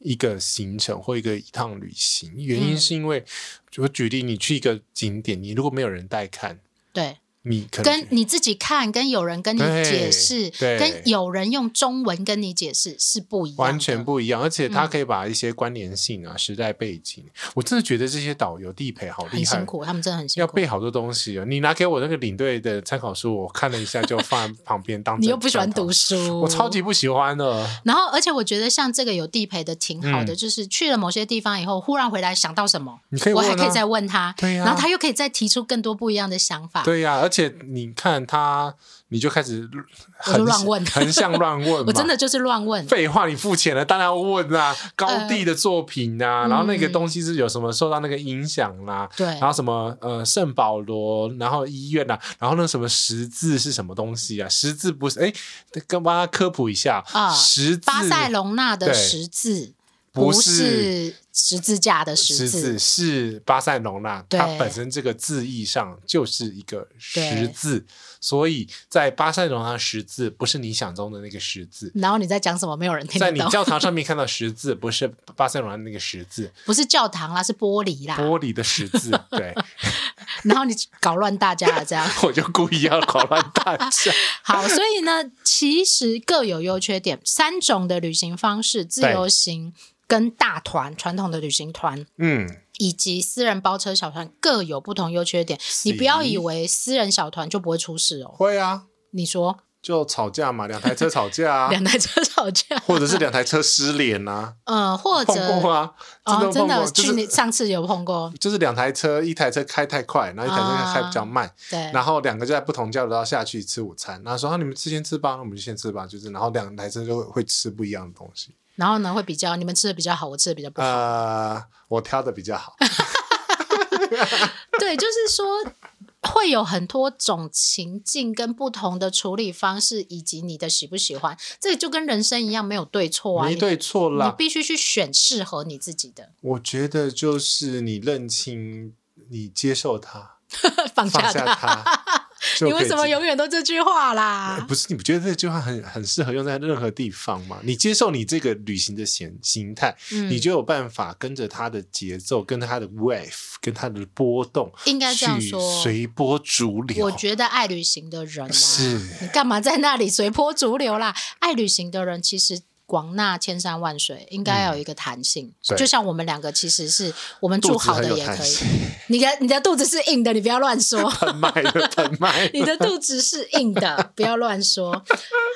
B: 一个行程或一个一趟旅行。原因
A: 嗯
B: 是因为，我举例，你去一个景点，你如果没有人带看，
A: 对，
B: 你可能
A: 跟你自己看，跟有人跟你
B: 对
A: 解释，
B: 对
A: 跟有人用中文跟你解释是不一样的，
B: 完全不一样，而且它
A: 嗯
B: 可以把一些关联性啊、时代背景，我真的觉得这些导游地陪好
A: 很
B: 厉害
A: 辛，苦，他们真的很辛
B: 要
A: 苦。
B: 背好多东西哦。你拿给我那个领队的参考书，我看了一下就放在旁边当。
A: 你又不喜欢读，书，
B: 我超级不喜欢的。
A: 然后，而且我觉得像这个有地陪的挺好的，
B: 嗯
A: 就是去了某些地方以后，忽然回来想到什么，
B: 你可以
A: 我
B: 问
A: 还可以
B: 啊
A: 再问他，
B: 对呀
A: 然后他又可以再提出更多不一样的想法。
B: 对呀、而且你看他，你就开始
A: 我就
B: 横
A: 乱问
B: 横向乱 问嘛。
A: 我真的呃就是乱问，
B: 废话，你付钱了，当然要问啊。高地的作品啊，然后那个东西是有什么受到那个影响啦、
A: 嗯对
B: 然后什么呃圣保罗，然后医院啊，然后那什么十字是什么东西啊？十字不是哎，跟大家科普一下
A: 啊
B: 十字
A: 巴塞隆纳的
B: 对
A: 十字
B: 不
A: 是十字架的
B: 十字
A: 字，
B: 是巴塞隆纳，
A: 对
B: 它本身这个字义上就是一个
A: 对
B: 十字，所以在巴塞隆纳十字不是你想中的那个十字，
A: 然后你在讲什么，没有人 听
B: 在
A: 得
B: 你
A: 懂。
B: 教堂上面看到十字不是巴塞隆纳那个十 字，
A: 不是教堂啦，是玻璃啦。
B: 玻璃的十字，对，
A: 然后你搞乱大家了，这样。
B: 我就故意要搞乱大家。
A: 好，所以呢，其实各有优缺点，三种的旅行方式：自由行、跟大团、传统的旅行团，
B: 嗯，
A: 以及私人包车小团，各有不同优缺点。你不要以为私人小团就不会出事哦。
B: 会啊，
A: 你说
B: 就吵架嘛，两台车吵架啊，
A: 两台车吵架，
B: 或者是两台车失联啊，
A: 呃， 或
B: 碰
A: 者
B: 过啊，真的
A: 哦，真
B: 碰
A: 的
B: 过，就
A: 去你
B: 是
A: 上次有碰过，
B: 就是两台车，一台车开太快，然后一台车开比
A: 啊
B: 较慢。
A: 对，
B: 然后两个就在不同交流道下去吃午餐，然后说啊你们先吃吧，那我们就先吃吧，就是然后两台车就会会吃不一样的东西。
A: 然后呢会比较你们吃的比较好，我吃的比较不好。
B: 呃，我挑的比 较好，
A: 对，就是说会有很多种情境跟不同的处理方式，以及你的喜不喜欢，这就跟人生一样，没有对错啊。
B: 没对错
A: 你，你
B: 啦。
A: 必须去选适合你自己的，
B: 我觉得就是你认清，你接受它，
A: 放
B: 放
A: 下它。
B: 下 它。就
A: 你
B: 可
A: 为
B: 以
A: 什么
B: 接
A: 永远都这句话啦？
B: 不是，你不觉得这句话很很适合用在任何地方吗？你接受你这个旅行的形形态，
A: 嗯
B: 你就有办法跟着它的节奏、跟它的 wave、跟它的波动，
A: 应该这样
B: 去
A: 说
B: 随波逐流。
A: 我觉得爱旅行的人啊，
B: 是
A: 你干嘛在那里随波逐流啦？爱旅行的人其实。广纳千山万水，应该要有一个弹性。
B: 嗯对
A: 就像我们两个，其实是我们住
B: 肚子
A: 好
B: 很
A: 的
B: 有
A: 也
B: 弹
A: 可以
B: 性。
A: 你的你的肚子是硬的，你不要乱 说。
B: 喷 麦的，喷麦
A: 你
B: 的。
A: 的肚子是硬的，不要乱说。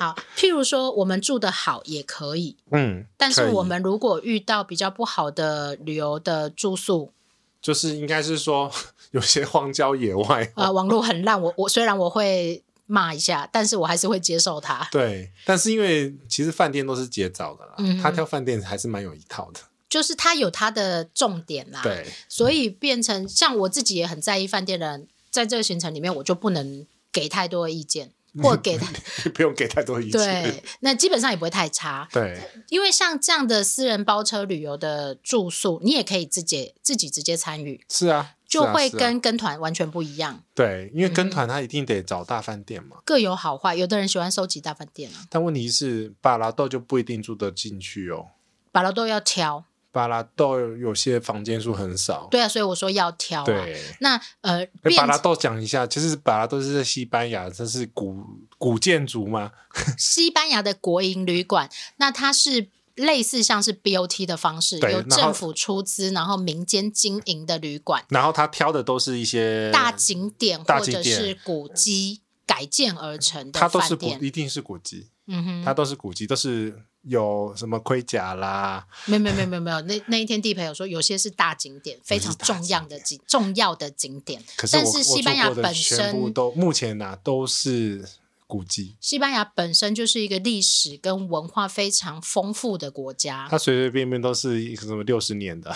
A: 好，譬如说我们住的好也可以，
B: 嗯，
A: 但是
B: 可以
A: 我们如果遇到比较不好的旅游的住宿，
B: 就是应该是说有些荒郊野 外，
A: 呃，网络很烂，我我虽然我会骂一下，但是我还是会接受它。
B: 对，但是因为其实饭店都是结早的啦，
A: 嗯
B: 他挑饭店还是蛮有一套的。
A: 就是它有它的重点啦，
B: 对，
A: 所以变成像我自己也很在意饭店的人，在这个行程里面，我就不能给太多的意见，
B: 嗯
A: 或给太
B: 不用给太多意见。
A: 对，那基本上也不会太差。
B: 对，
A: 因为像这样的私人包车旅游的住宿，你也可以自己自己直接参与，
B: 是啊，
A: 就是
B: 啊
A: 会
B: 是啊
A: 跟嗯跟团完全不一样，
B: 对，因为跟团他一定得找大饭店嘛。
A: 各有好坏。有的人喜欢收集大饭店啊，
B: 但问题是，巴拉豆就不一定住得进去哦。
A: 巴拉都要挑，
B: 巴拉豆有些房间数很少，
A: 对啊，所以我说要挑啊。
B: 对。
A: 那呃，
B: 哎
A: 变
B: 巴拉豆讲一下，其实巴拉豆是在西班牙，这是古古建筑嘛，
A: 西班牙的国营旅馆，那它是。类似像是 BOT 的方式，
B: 对
A: 由
B: 然后
A: 政府出资，然后民间经营的旅馆，
B: 然后他挑的都是一些
A: 大景点
B: 呃大
A: 或
B: 景
A: 者
B: 点
A: 是古迹改建而成的
B: 它都
A: 饭
B: 是古，
A: 店。
B: 一定是古迹，
A: 嗯哼，
B: 它都是古迹，都是有什么盔甲啦，
A: 没有没有没有没有没有，那那一天地陪有说有些是大景点，非常重要的景重要的景点，
B: 可是我
A: 但是西班
B: 我
A: 牙
B: 做过的
A: 本
B: 全部
A: 身。
B: 都目前呐、都是古迹，
A: 西班牙本身就是一个历史跟文化非常丰富的国家，
B: 它随随便便都是一个什么六十年的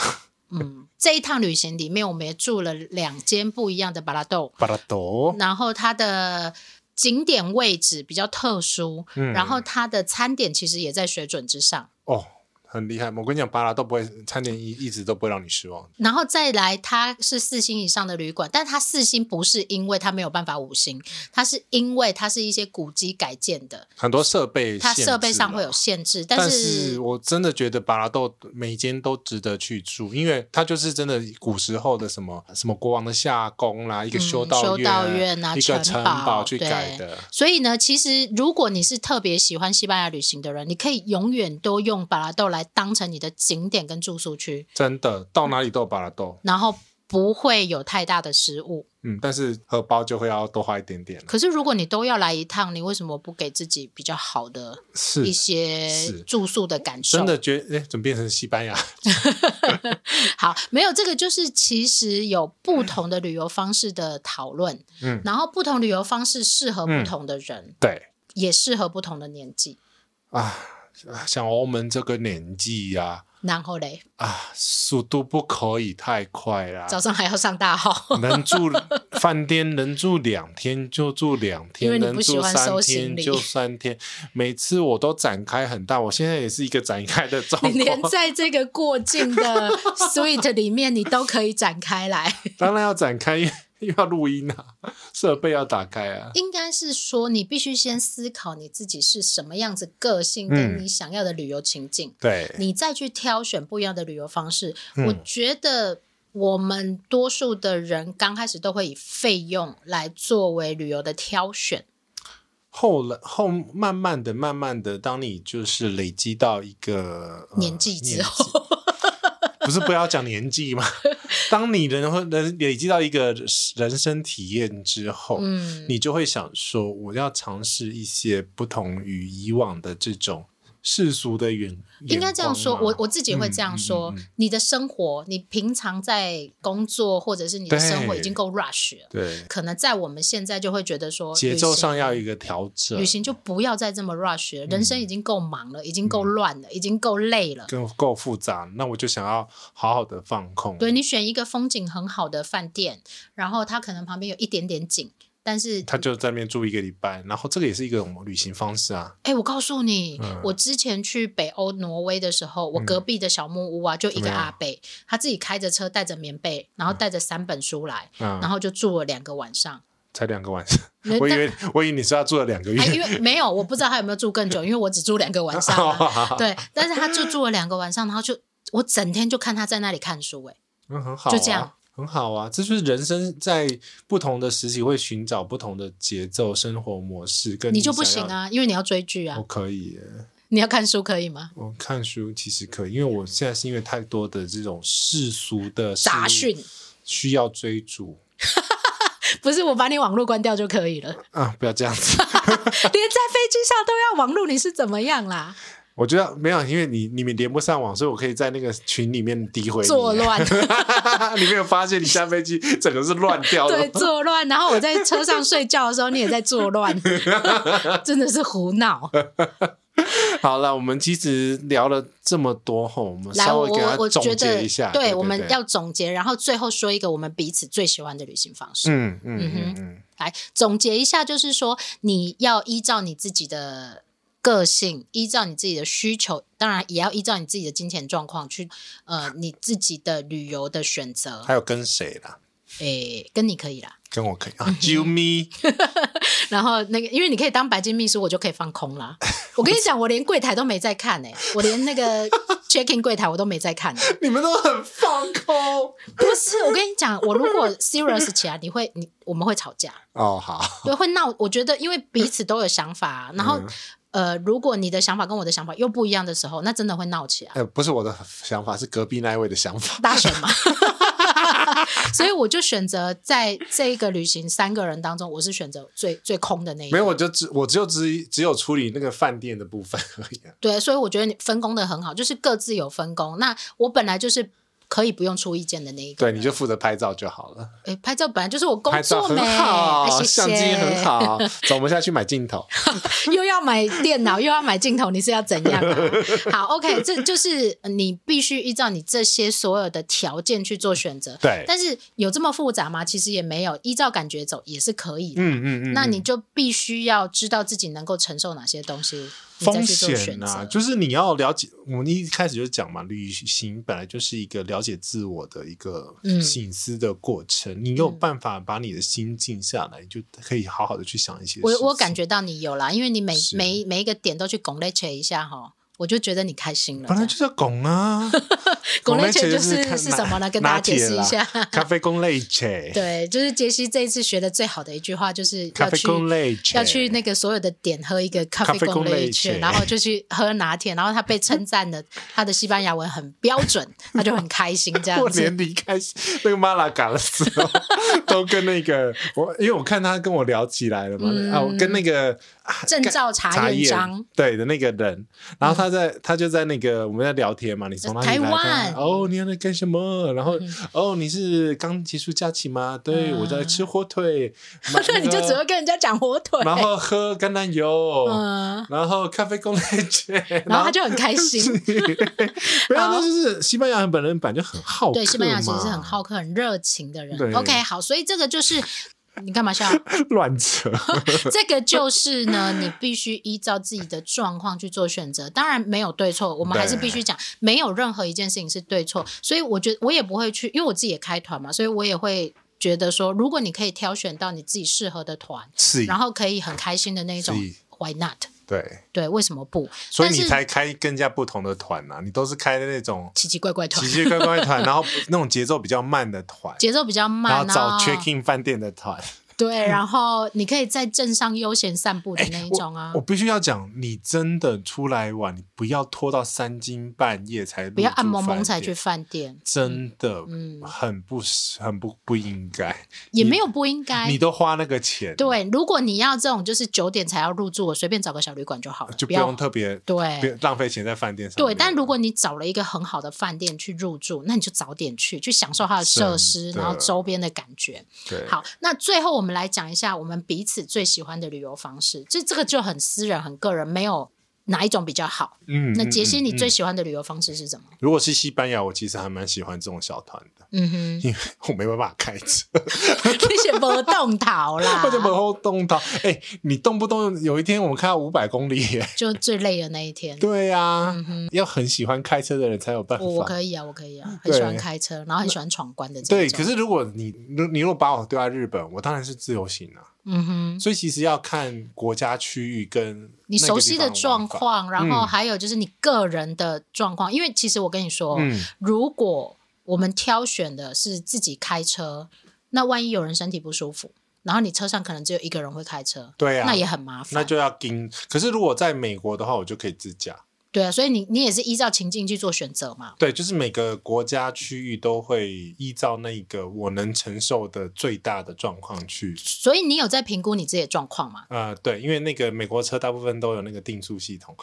A: 嗯，这一趟旅行里面，我们也住了两间不一样的巴拉豆，
B: 巴拉多，
A: 然后它的景点位置比较特殊，
B: 嗯
A: 然后它的餐点其实也在水准之上。
B: 哦，很厉害。我跟你讲，巴拉都不会，餐点一一直都不会让你失望。
A: 然后再来，它是四星以上的旅馆，但它四星不是因为它没有办法五星，它是因为它是一些古迹改建的，
B: 很多设备，啊
A: 它设备上会有。限制。但
B: 但
A: 是
B: 我真的觉得巴拉豆每间都值得去住，因为它就是真的古时候的什么什么国王的下宫啦，一个
A: 嗯
B: 修
A: 修
B: 道
A: 道院啊
B: 一个
A: 城
B: 城
A: 堡
B: 去改的，
A: 所以呢，其实如果你是特别喜欢西班牙旅行的人，你可以永远都用巴拉豆来当成你的景点跟住宿区，
B: 真的到哪里都有巴拉豆。
A: 然后不会有太大的失误。
B: 嗯，但是荷包就会要多花一点点了。
A: 可是如果你都要来一趟，你为什么不给自己比较好的
B: 是
A: 一些
B: 是
A: 住宿的感受？
B: 真的觉得，哎，怎么变成西班牙？
A: 好，没有这个就是其实有不同的旅游方式的讨论，
B: 嗯
A: 然后不同旅游方式适合不
B: 嗯
A: 同的人，
B: 对
A: 也适合不同的年纪。
B: 啊，像我们这个年纪呀、
A: 然后嘞，
B: 啊，速度不可以太快啦。
A: 早上还要上大 号，
B: 能住饭店，能住两天就住两
A: 因
B: 天，
A: 为你
B: 能
A: 不喜
B: 住
A: 欢
B: 三
A: 收行
B: 天
A: 李
B: 就三天。每次我都展开很大，我现在也是一个展开的状
A: 你连
B: 况。
A: 在这个过境 的 suite 里面，你都可以展开来。
B: 当然要展开，因为因为要录音啊， 设备要打开啊。
A: 应该是说，你必须先思考你自己是什么样子个性，跟
B: 嗯
A: 你想要的旅游情境，
B: 对，
A: 你再去挑选不一样的旅游方式。
B: 嗯
A: 我觉得。我们多数的人刚开始都会以费用来作为旅游的挑选，
B: 后来后慢慢的、慢慢的，当你就是累积到一个、呃
A: 年纪之后，
B: 年纪不是不要讲年 纪嘛？当你人会人累积到一个人生体验之后，
A: 嗯，
B: 你就会想说，我要尝试一些不同于以往的这种世俗的远，
A: 应该这样说，
B: 眼光
A: 我
B: 嘛
A: 我自己会这样说：
B: 啊嗯嗯嗯嗯
A: 你的生活，你平常在工作或者是你的
B: 对
A: 生活已经够 rush 了，
B: 对
A: 可能在我们现在就会觉得说，
B: 节奏上要有一
A: 个
B: 个嗯调整，
A: 旅行就不要再这么 rush 了，人生已经够忙了，已经
B: 嗯
A: 够乱了，已经够累了。
B: 更够复杂，那我就想要好好的放空。
A: 对你选一个风景很好的饭店，然后它可能旁边有一点点景，但是
B: 他就在那边住一个礼拜，然后这个也是一种旅行方式啊。
A: 哎，我告诉你，
B: 嗯
A: 我之前去北欧挪威的时候，我隔壁的小木屋啊，就一
B: 怎
A: 个
B: 么样
A: 阿伯，他自己开着车，带着棉被，然后带着三本书来，
B: 嗯
A: 然后就住了两个晚上。
B: 才两个晚 上，
A: 那
B: 我以为我以为你说他住了两个月
A: 哎，，因为没有，我不知道他有没有住更久，因为我只住两个晚上、 啊。对，但是他就住了两个晚上，然后就我整天就看他在那里看书、哎，
B: 嗯，很好、啊，
A: 就这样，
B: 很好啊。这就是人生在不同的时期会寻找不同的节奏、生活模式，跟
A: 你就不
B: 想
A: 行
B: 要。
A: 啊，因为你要追剧啊
B: 我，哦可以耶，
A: 你要看书可以吗？
B: 我看书其实可以，因为我现在是因为太多的这种世俗的事物
A: 杂讯
B: 需要追逐
A: 不是，我把你网络关掉就可 以了，连
B: 啊！不要这样子，
A: 在飞机上都要网络，你是怎么样啦？
B: 我觉得没有，因为你你们连不上网，所以我可以在那个群里面诋毁你啊
A: 作乱。
B: 你没有发现你下飞机整个是乱掉的
A: 对，
B: 吗？
A: 作乱。然后我在车上睡觉的时候，你也在作 乱，真的是胡闹。
B: 好了，我们其实聊了这么多后，我们
A: 来，
B: 稍
A: 我
B: 微给
A: 我
B: 它
A: 我
B: 总
A: 觉
B: 结
A: 得
B: 一下。，对，
A: 对，我们
B: 对
A: 要总结，然后最后说一个我们彼此最喜欢的旅行方式。
B: 嗯嗯嗯嗯，
A: 来总结一下，就是说你要依照你自己的。个性依照你自己的需求，当然也要依照你自己的金钱状况去，呃，你自己的旅游的选择
B: 还，有跟谁啦？
A: 诶，跟你可以啦。
B: 跟我可以 啊，Jill me，
A: 然后那个，因为你可以当白金秘书，我就可以放空啦。我跟你讲，我连柜台都没在看呢、欸我连那个 check in 柜台我都没在看、欸。
B: 你们都很放空
A: 不是，我跟你讲，我如果 serious 起来，你会你我们会吵架，
B: 哦。好，
A: 对，会闹。我觉得因为彼此都有想法啊、然后、呃，如果你的想法跟我的想法又不一样的时候，那真的 会闹起来，
B: 呃，不是我的想法，是隔壁那一位的想法。
A: 大选嘛。 所以我就选择在这一个旅行三个人当中，我是选择最最空的那一个。
B: 没有，我就只我只有只只有处理那个饭店的部分而已、啊。
A: 对，所以我觉得你分工的很好，就是各自有分工。那我本来就是可以不用出意见的那一个。
B: 对，你就负责拍照就好了。
A: 诶，拍照本来就是我工
B: 拍照
A: 作
B: 很
A: 没，
B: 好，
A: 哎谢谢。
B: 相机很，好。走，我们现在去买 镜头。
A: 又要买电脑，又要买镜头，你是要怎样、啊？好，OK，这就是你必须依照你这些所有的条件去做选择。
B: 对，
A: 但是有这么复杂吗？其实也没有，依照感觉走也是可以的。
B: 嗯嗯嗯。
A: 那你
B: 嗯
A: 就必须要知道自己能够承受哪些东西，你再
B: 风
A: 去做选
B: 险
A: 择。
B: 啊，就是你要了解。我们一开始就讲嘛，旅行本来就是一个了解自我的一个
A: 嗯
B: 醒思的过程。你有办法把你的心静下来，你就可以好好的去想一些事情。
A: 我我感觉到你有啦，因为你每
B: 是
A: 每每一个点都去拱 l e 一下哈，我就觉得你开心了。
B: 本来就是要 拱啊，
A: 拱类
B: 类
A: 犬就
B: 就是看
A: 是
B: 拿
A: 什么呢跟大家
B: 拿铁
A: 解释一
B: 啦
A: 下
B: 咖啡公类犬，
A: 这样 对，就是杰西这一次学的最好的一句话就是
B: 咖
A: 要
B: 啡
A: 去
B: 公类犬
A: 要去那个所有的点喝一个咖
B: 咖
A: 啡
B: 啡
A: 公
B: 公
A: 类
B: 类
A: 圈，
B: 犬
A: 然后就去喝拿铁，然后他被称赞了，他的西班牙文很标准，他就很开心这样
B: 我
A: 子
B: 连。离开那个马拉嘎的时候，都跟那个我，因为我看他跟我聊起来了嘛，啊，我跟那个啊
A: 嗯证
B: 干
A: 照查验章
B: 对的那个人，然后他在、他就在那个我们在聊天嘛，你从哪里来
A: 台
B: 的啊？
A: 湾
B: 哦，你要在干什么？然后、哦，你是刚结束假期吗？对，
A: 嗯
B: 我在吃火腿，买
A: 那你就只会
B: 个
A: 跟人家讲火腿，
B: 然后喝橄榄油，
A: 嗯，
B: 然后咖啡公类卷，
A: 然后他就很开 心。
B: 没有，那就是西班牙人本人本来就很好客
A: 对，西班牙其
B: 嘛
A: 实是很好客、很热情的人。
B: 对
A: OK，好，所以这个就是你干嘛笑？
B: 乱扯。
A: 这个就是呢，你必须依照自己的状况去做选择。当然没有对错，我们还是必须讲，没有任何一件事情是对错。所以我觉得我也不会去，因为我自己也开团嘛，所以我也会觉得说，如果你可以挑选到你自己适合的团，
B: 是
A: 然后可以很开心的那一种
B: 是
A: ，Why not？
B: 对，
A: 对，为什么不？
B: 所以
A: 但
B: 你
A: 是
B: 才开更加不同的团呐、你都是开的那种
A: 奇奇怪怪团
B: 奇，奇怪怪的团，然后那种节奏比较慢的团，
A: 节奏比较
B: 然
A: 慢
B: 后找
A: 啊，
B: check in 饭店的团。
A: 对，然后你可以在镇上悠闲散步的那一种啊
B: 嗯哎我，我。必须要讲，你真的出来玩，你不要拖到三更半夜才
A: 不要暗蒙蒙
B: 蒙
A: 才去，饭店，
B: 真的
A: 嗯
B: 很不很不不应该。
A: 也
B: 你
A: 没有不应该。
B: 你都花那个钱，，
A: 哎对，如果你要这种就是九点才要入住，我随便找个小旅馆就好了，
B: 啊就不
A: 要
B: 用特别不
A: 对。
B: 用浪费钱在饭店上面了。
A: 哎对，但如果你找了一个很好的饭店去入住，那你就早点去，去享受它的设施，
B: 真的
A: 然后周边的感觉。
B: 对
A: 好，那最后我们来讲一下我们彼此最喜欢的旅游方式，这这个就很私人、很个人，没有哪一种比较好。
B: 嗯，
A: 那
B: 嗯
A: 杰西，
B: 嗯
A: 你
B: 嗯
A: 最喜欢的旅游方式是什么？
B: 如果是西班牙，我其实还蛮喜欢这种小团的，
A: 嗯哼，
B: 因为我没办法开车。
A: 你选不动逃啦
B: 或，者往后动到，哎、你动不动有一天我们开到五百公里耶，
A: 就最累的那一天。
B: 对呀、要很喜欢开车的人才有办法。
A: 嗯我我可以啊，我可以啊，很喜欢
B: 对
A: 开车，然后很喜欢闯关的这
B: 对，
A: 种
B: 可是如果你如你如果把我丢在日本，我当然是自由行啊。
A: 嗯哼，
B: 所以其实要看国家区域跟
A: 你
B: 那个
A: 熟悉的
B: 地方
A: 状
B: 玩法，
A: 况，然后
B: 嗯
A: 还有就是你个人的状况，因为其实我跟你说，
B: 嗯，
A: 如果我们挑选的是自己开车，那万一有人身体不舒服，然后你车上可能只有一个人会开车，
B: 对啊
A: 那也很麻烦，
B: 那就要盯。可是如果在美国的话，我就可以自驾。
A: 对啊，所以你你也是依照情境去做选择嘛，
B: 对，就是每个国家区域都会依照那个我能承受的最大的状况去。
A: 所以你有在评估你自己的状况嘛？
B: 呃，对，因为那个美国车大部分都有那个定速系统，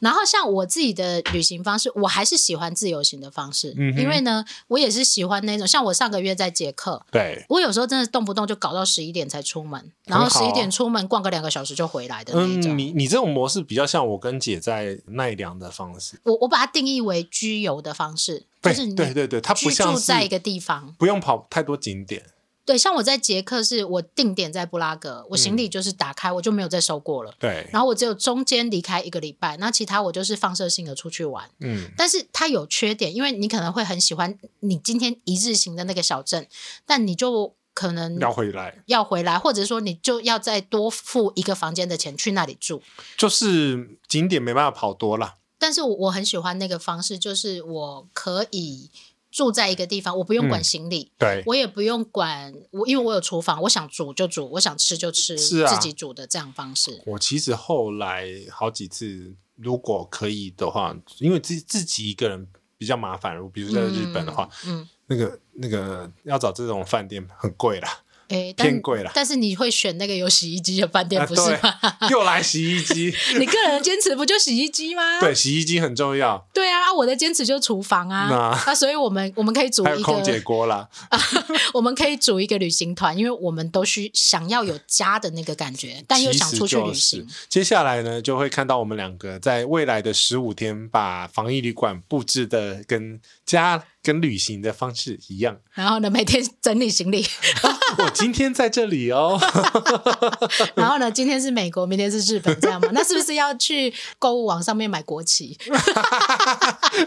A: 然后像我自己的旅行方式，我还是喜欢自由行的方式，
B: 嗯哼
A: 因为呢，我也是喜欢那种，像我上个月在捷克，
B: 对，
A: 我有时候真的动不动就搞到十一点才出门，然
B: 很好啊
A: 后十一点出门逛个两个小时就回来的那一种。
B: 嗯，你你这种模式比较像我跟姐在奈良的方式，
A: 我我把它定义为居游的方式，就
B: 对
A: 是你
B: 对对对，它不
A: 居
B: 像
A: 住
B: 是
A: 在一个地方。
B: 不用跑太多景点，
A: 对，像我在捷克是我定点在布拉格，我行李就是打开，我就没有再收过了。
B: 对，
A: 然后我只有中间离开一个礼拜，那其他我就是放射性的出去玩。
B: 嗯，
A: 但是它有缺点，因为你可能会很喜欢你今天一日行的那个小镇，但你就可能
B: 要回来
A: 要回来，或者说你就要再多付一个房间的钱去那里住。
B: 就是景点没办法跑多啦，
A: 但是我我很喜欢那个方式，就是我可以住在一个地方，我不用
B: 嗯
A: 管行李，
B: 对，
A: 我也不用管我，因为我有厨房，我想煮就煮，我想吃就吃，
B: 是啊
A: 自己煮的这样方式。
B: 我其实后来好几次，如果可以的话，因为自自己一个人比较麻烦。如比如在日本的话，
A: 嗯，嗯，
B: 那个那个要找这种饭店很贵啦，
A: 诶，但
B: 偏贵啦。
A: 但是你会选那个有洗衣机的饭店，
B: 啊，
A: 不是
B: 对
A: 吗？，
B: 又来洗衣机，
A: 你个人的坚持不就洗衣机吗？
B: 对，洗衣机很重要，
A: 对啊，啊我的坚持就是厨房啊。
B: 那
A: 那所以我们我们可以组
B: 还有
A: 一
B: 空姐
A: 个，
B: 锅啦，
A: 我们可以组一个旅行团，因为我们都需想要有家的那个感觉，但又想出去旅行
B: 其实就。是接下来呢，就会看到我们两个在未来的十五天，把防疫旅馆布置的跟家跟旅行的方式一样。
A: 然后呢，每天整理行李。
B: 我今天在这里哦，
A: 然后呢，今天是美国，明天是日本，这样吗？那是不是要去购物网上面买国旗？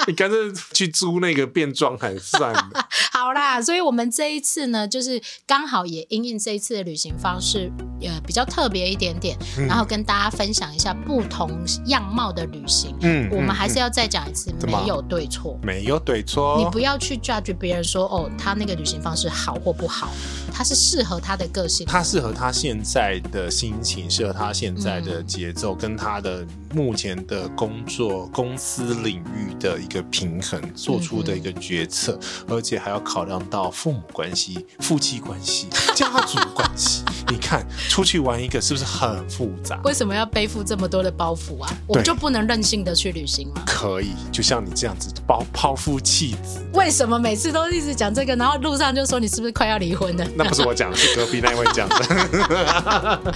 B: 你干脆去租那个变装还算了。
A: 好啦，所以我们这一次呢，就是刚好也因应这一次的旅行方式，呃，比较特别一点点，
B: 嗯
A: 然后跟大家分享一下不同样貌的旅行。
B: 嗯
A: 我们还
B: 嗯
A: 是要再讲一次，
B: 怎么
A: 没有对错。
B: 没有对
A: 你
B: 错
A: 不，要去 judge 别人说哦，他那个旅行方式好或不好，他是适合他的个性。
B: 他适合他现在的心情，适合他现在
A: 嗯
B: 的节奏，跟他的目前的工作公司领域的一个平衡，做出
A: 嗯
B: 的一个决策，而且还要考量到父母关系、夫妻关 系、家族关系。你看，出去玩一个是不是很复杂？
A: 为什么要背负这么多的包袱啊？我们就不能任性的去旅行吗？
B: 可以，就像你这样子抛抛夫弃子，
A: 为什么每次都一直讲这个，然后路上就说你是不是快要离婚了？
B: 那不是我讲的，是隔壁那位讲的。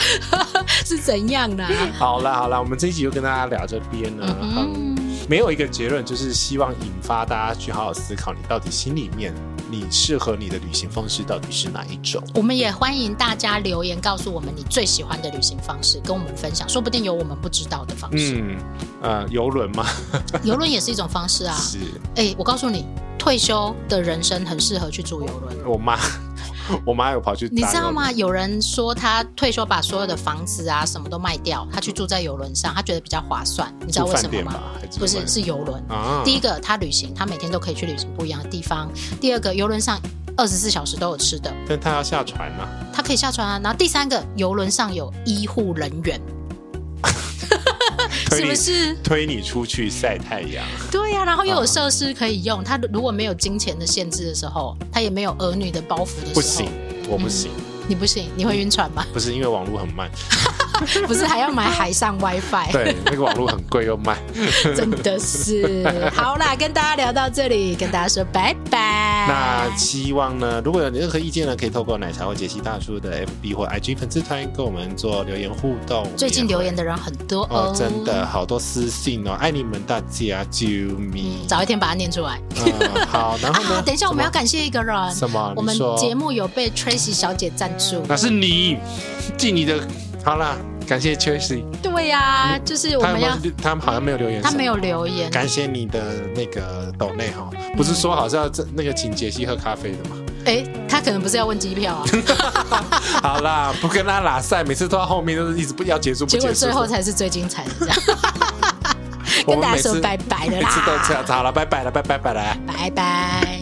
A: 是怎样呢、
B: 好啦好啦，我们这一集就跟大家聊这边了。
A: 嗯哼
B: 没有一个结论，就是希望引发大家去好好思考，你到底心里面你适合你的旅行方式到底是哪一种？
A: 我们也欢迎大家留言告诉我们你最喜欢的旅行方式，跟我们分享，说不定有我们不知道的方式。
B: 嗯，呃，游轮吗？
A: 游轮也是一种方式啊。
B: 是
A: 哎、我告诉你，退休的人生很适合去住游轮。
B: 我妈， 我妈有跑去，
A: 你知道？吗？有人说他退休把所有的房子啊什么都卖掉，他去住在游轮上，他觉得比较划算。你知道
B: 住
A: 为
B: 饭
A: 什么
B: 店
A: 吗？
B: 吧？还
A: 不
B: 住饭
A: 是，
B: 店
A: 是游轮。
B: 啊，
A: 第一个，他旅行，他每天都可以去旅行不一样的地方。第二个，游轮上二十四小时都有吃的，
B: 但她要下船了、
A: 他可以下船啊。然后第三个，游轮上有医护人员，
B: 推
A: 是
B: 你
A: 不是？
B: 推你出去晒太阳，
A: 对呀、然后又有设施可以用。他如果没有金钱的限制的时候，他也没有儿女的包袱的时候，
B: 不行，我不行，
A: 你不行，你会晕船吗？
B: 不是因为网络很慢，
A: 不是还要买海上 WiFi？
B: 对，那个网络很贵又慢。
A: 真的是。好啦，跟大家聊到这里，跟大家说拜拜。
B: 那希望呢，如果有任何意见呢，可以透过奶茶或杰西大叔的 FB 或 IG 粉丝团跟我们做留言互动。
A: 最近留言的
B: 的
A: 人很多哦
B: 哦，，真的。好多私信哦，爱你们大家，救命
A: 嗯，！早一天把它念出来
B: 嗯 好，然后呢
A: 啊！？等一下，我们要感谢一个人，
B: 什么？
A: 我们
B: 你说
A: 节目有被 Tracy 小姐赞助。
B: 那是你尽你的好啦，感谢 Tracy，
A: 对呀，就是我
B: 他有
A: 们
B: 没
A: 要，
B: 有他好像没有留言，
A: 她没有。留言，
B: 感谢你的那个抖内哈，不是说好是要这那个请杰西喝咖啡的吗？
A: 哎，她可能不是要问机 票啊，
B: 好啦，不跟他拉赛，每次都到后面都是一直不要结束，不
A: 结
B: 结
A: 果
B: 束。
A: 最后才是最精彩的，这 样
B: 我
A: 跟
B: 们
A: 大
B: 每
A: 家
B: 次
A: 说拜拜了
B: 每次都这样
A: 啦，
B: 子，好了，拜拜了，拜拜拜了。
A: 拜拜。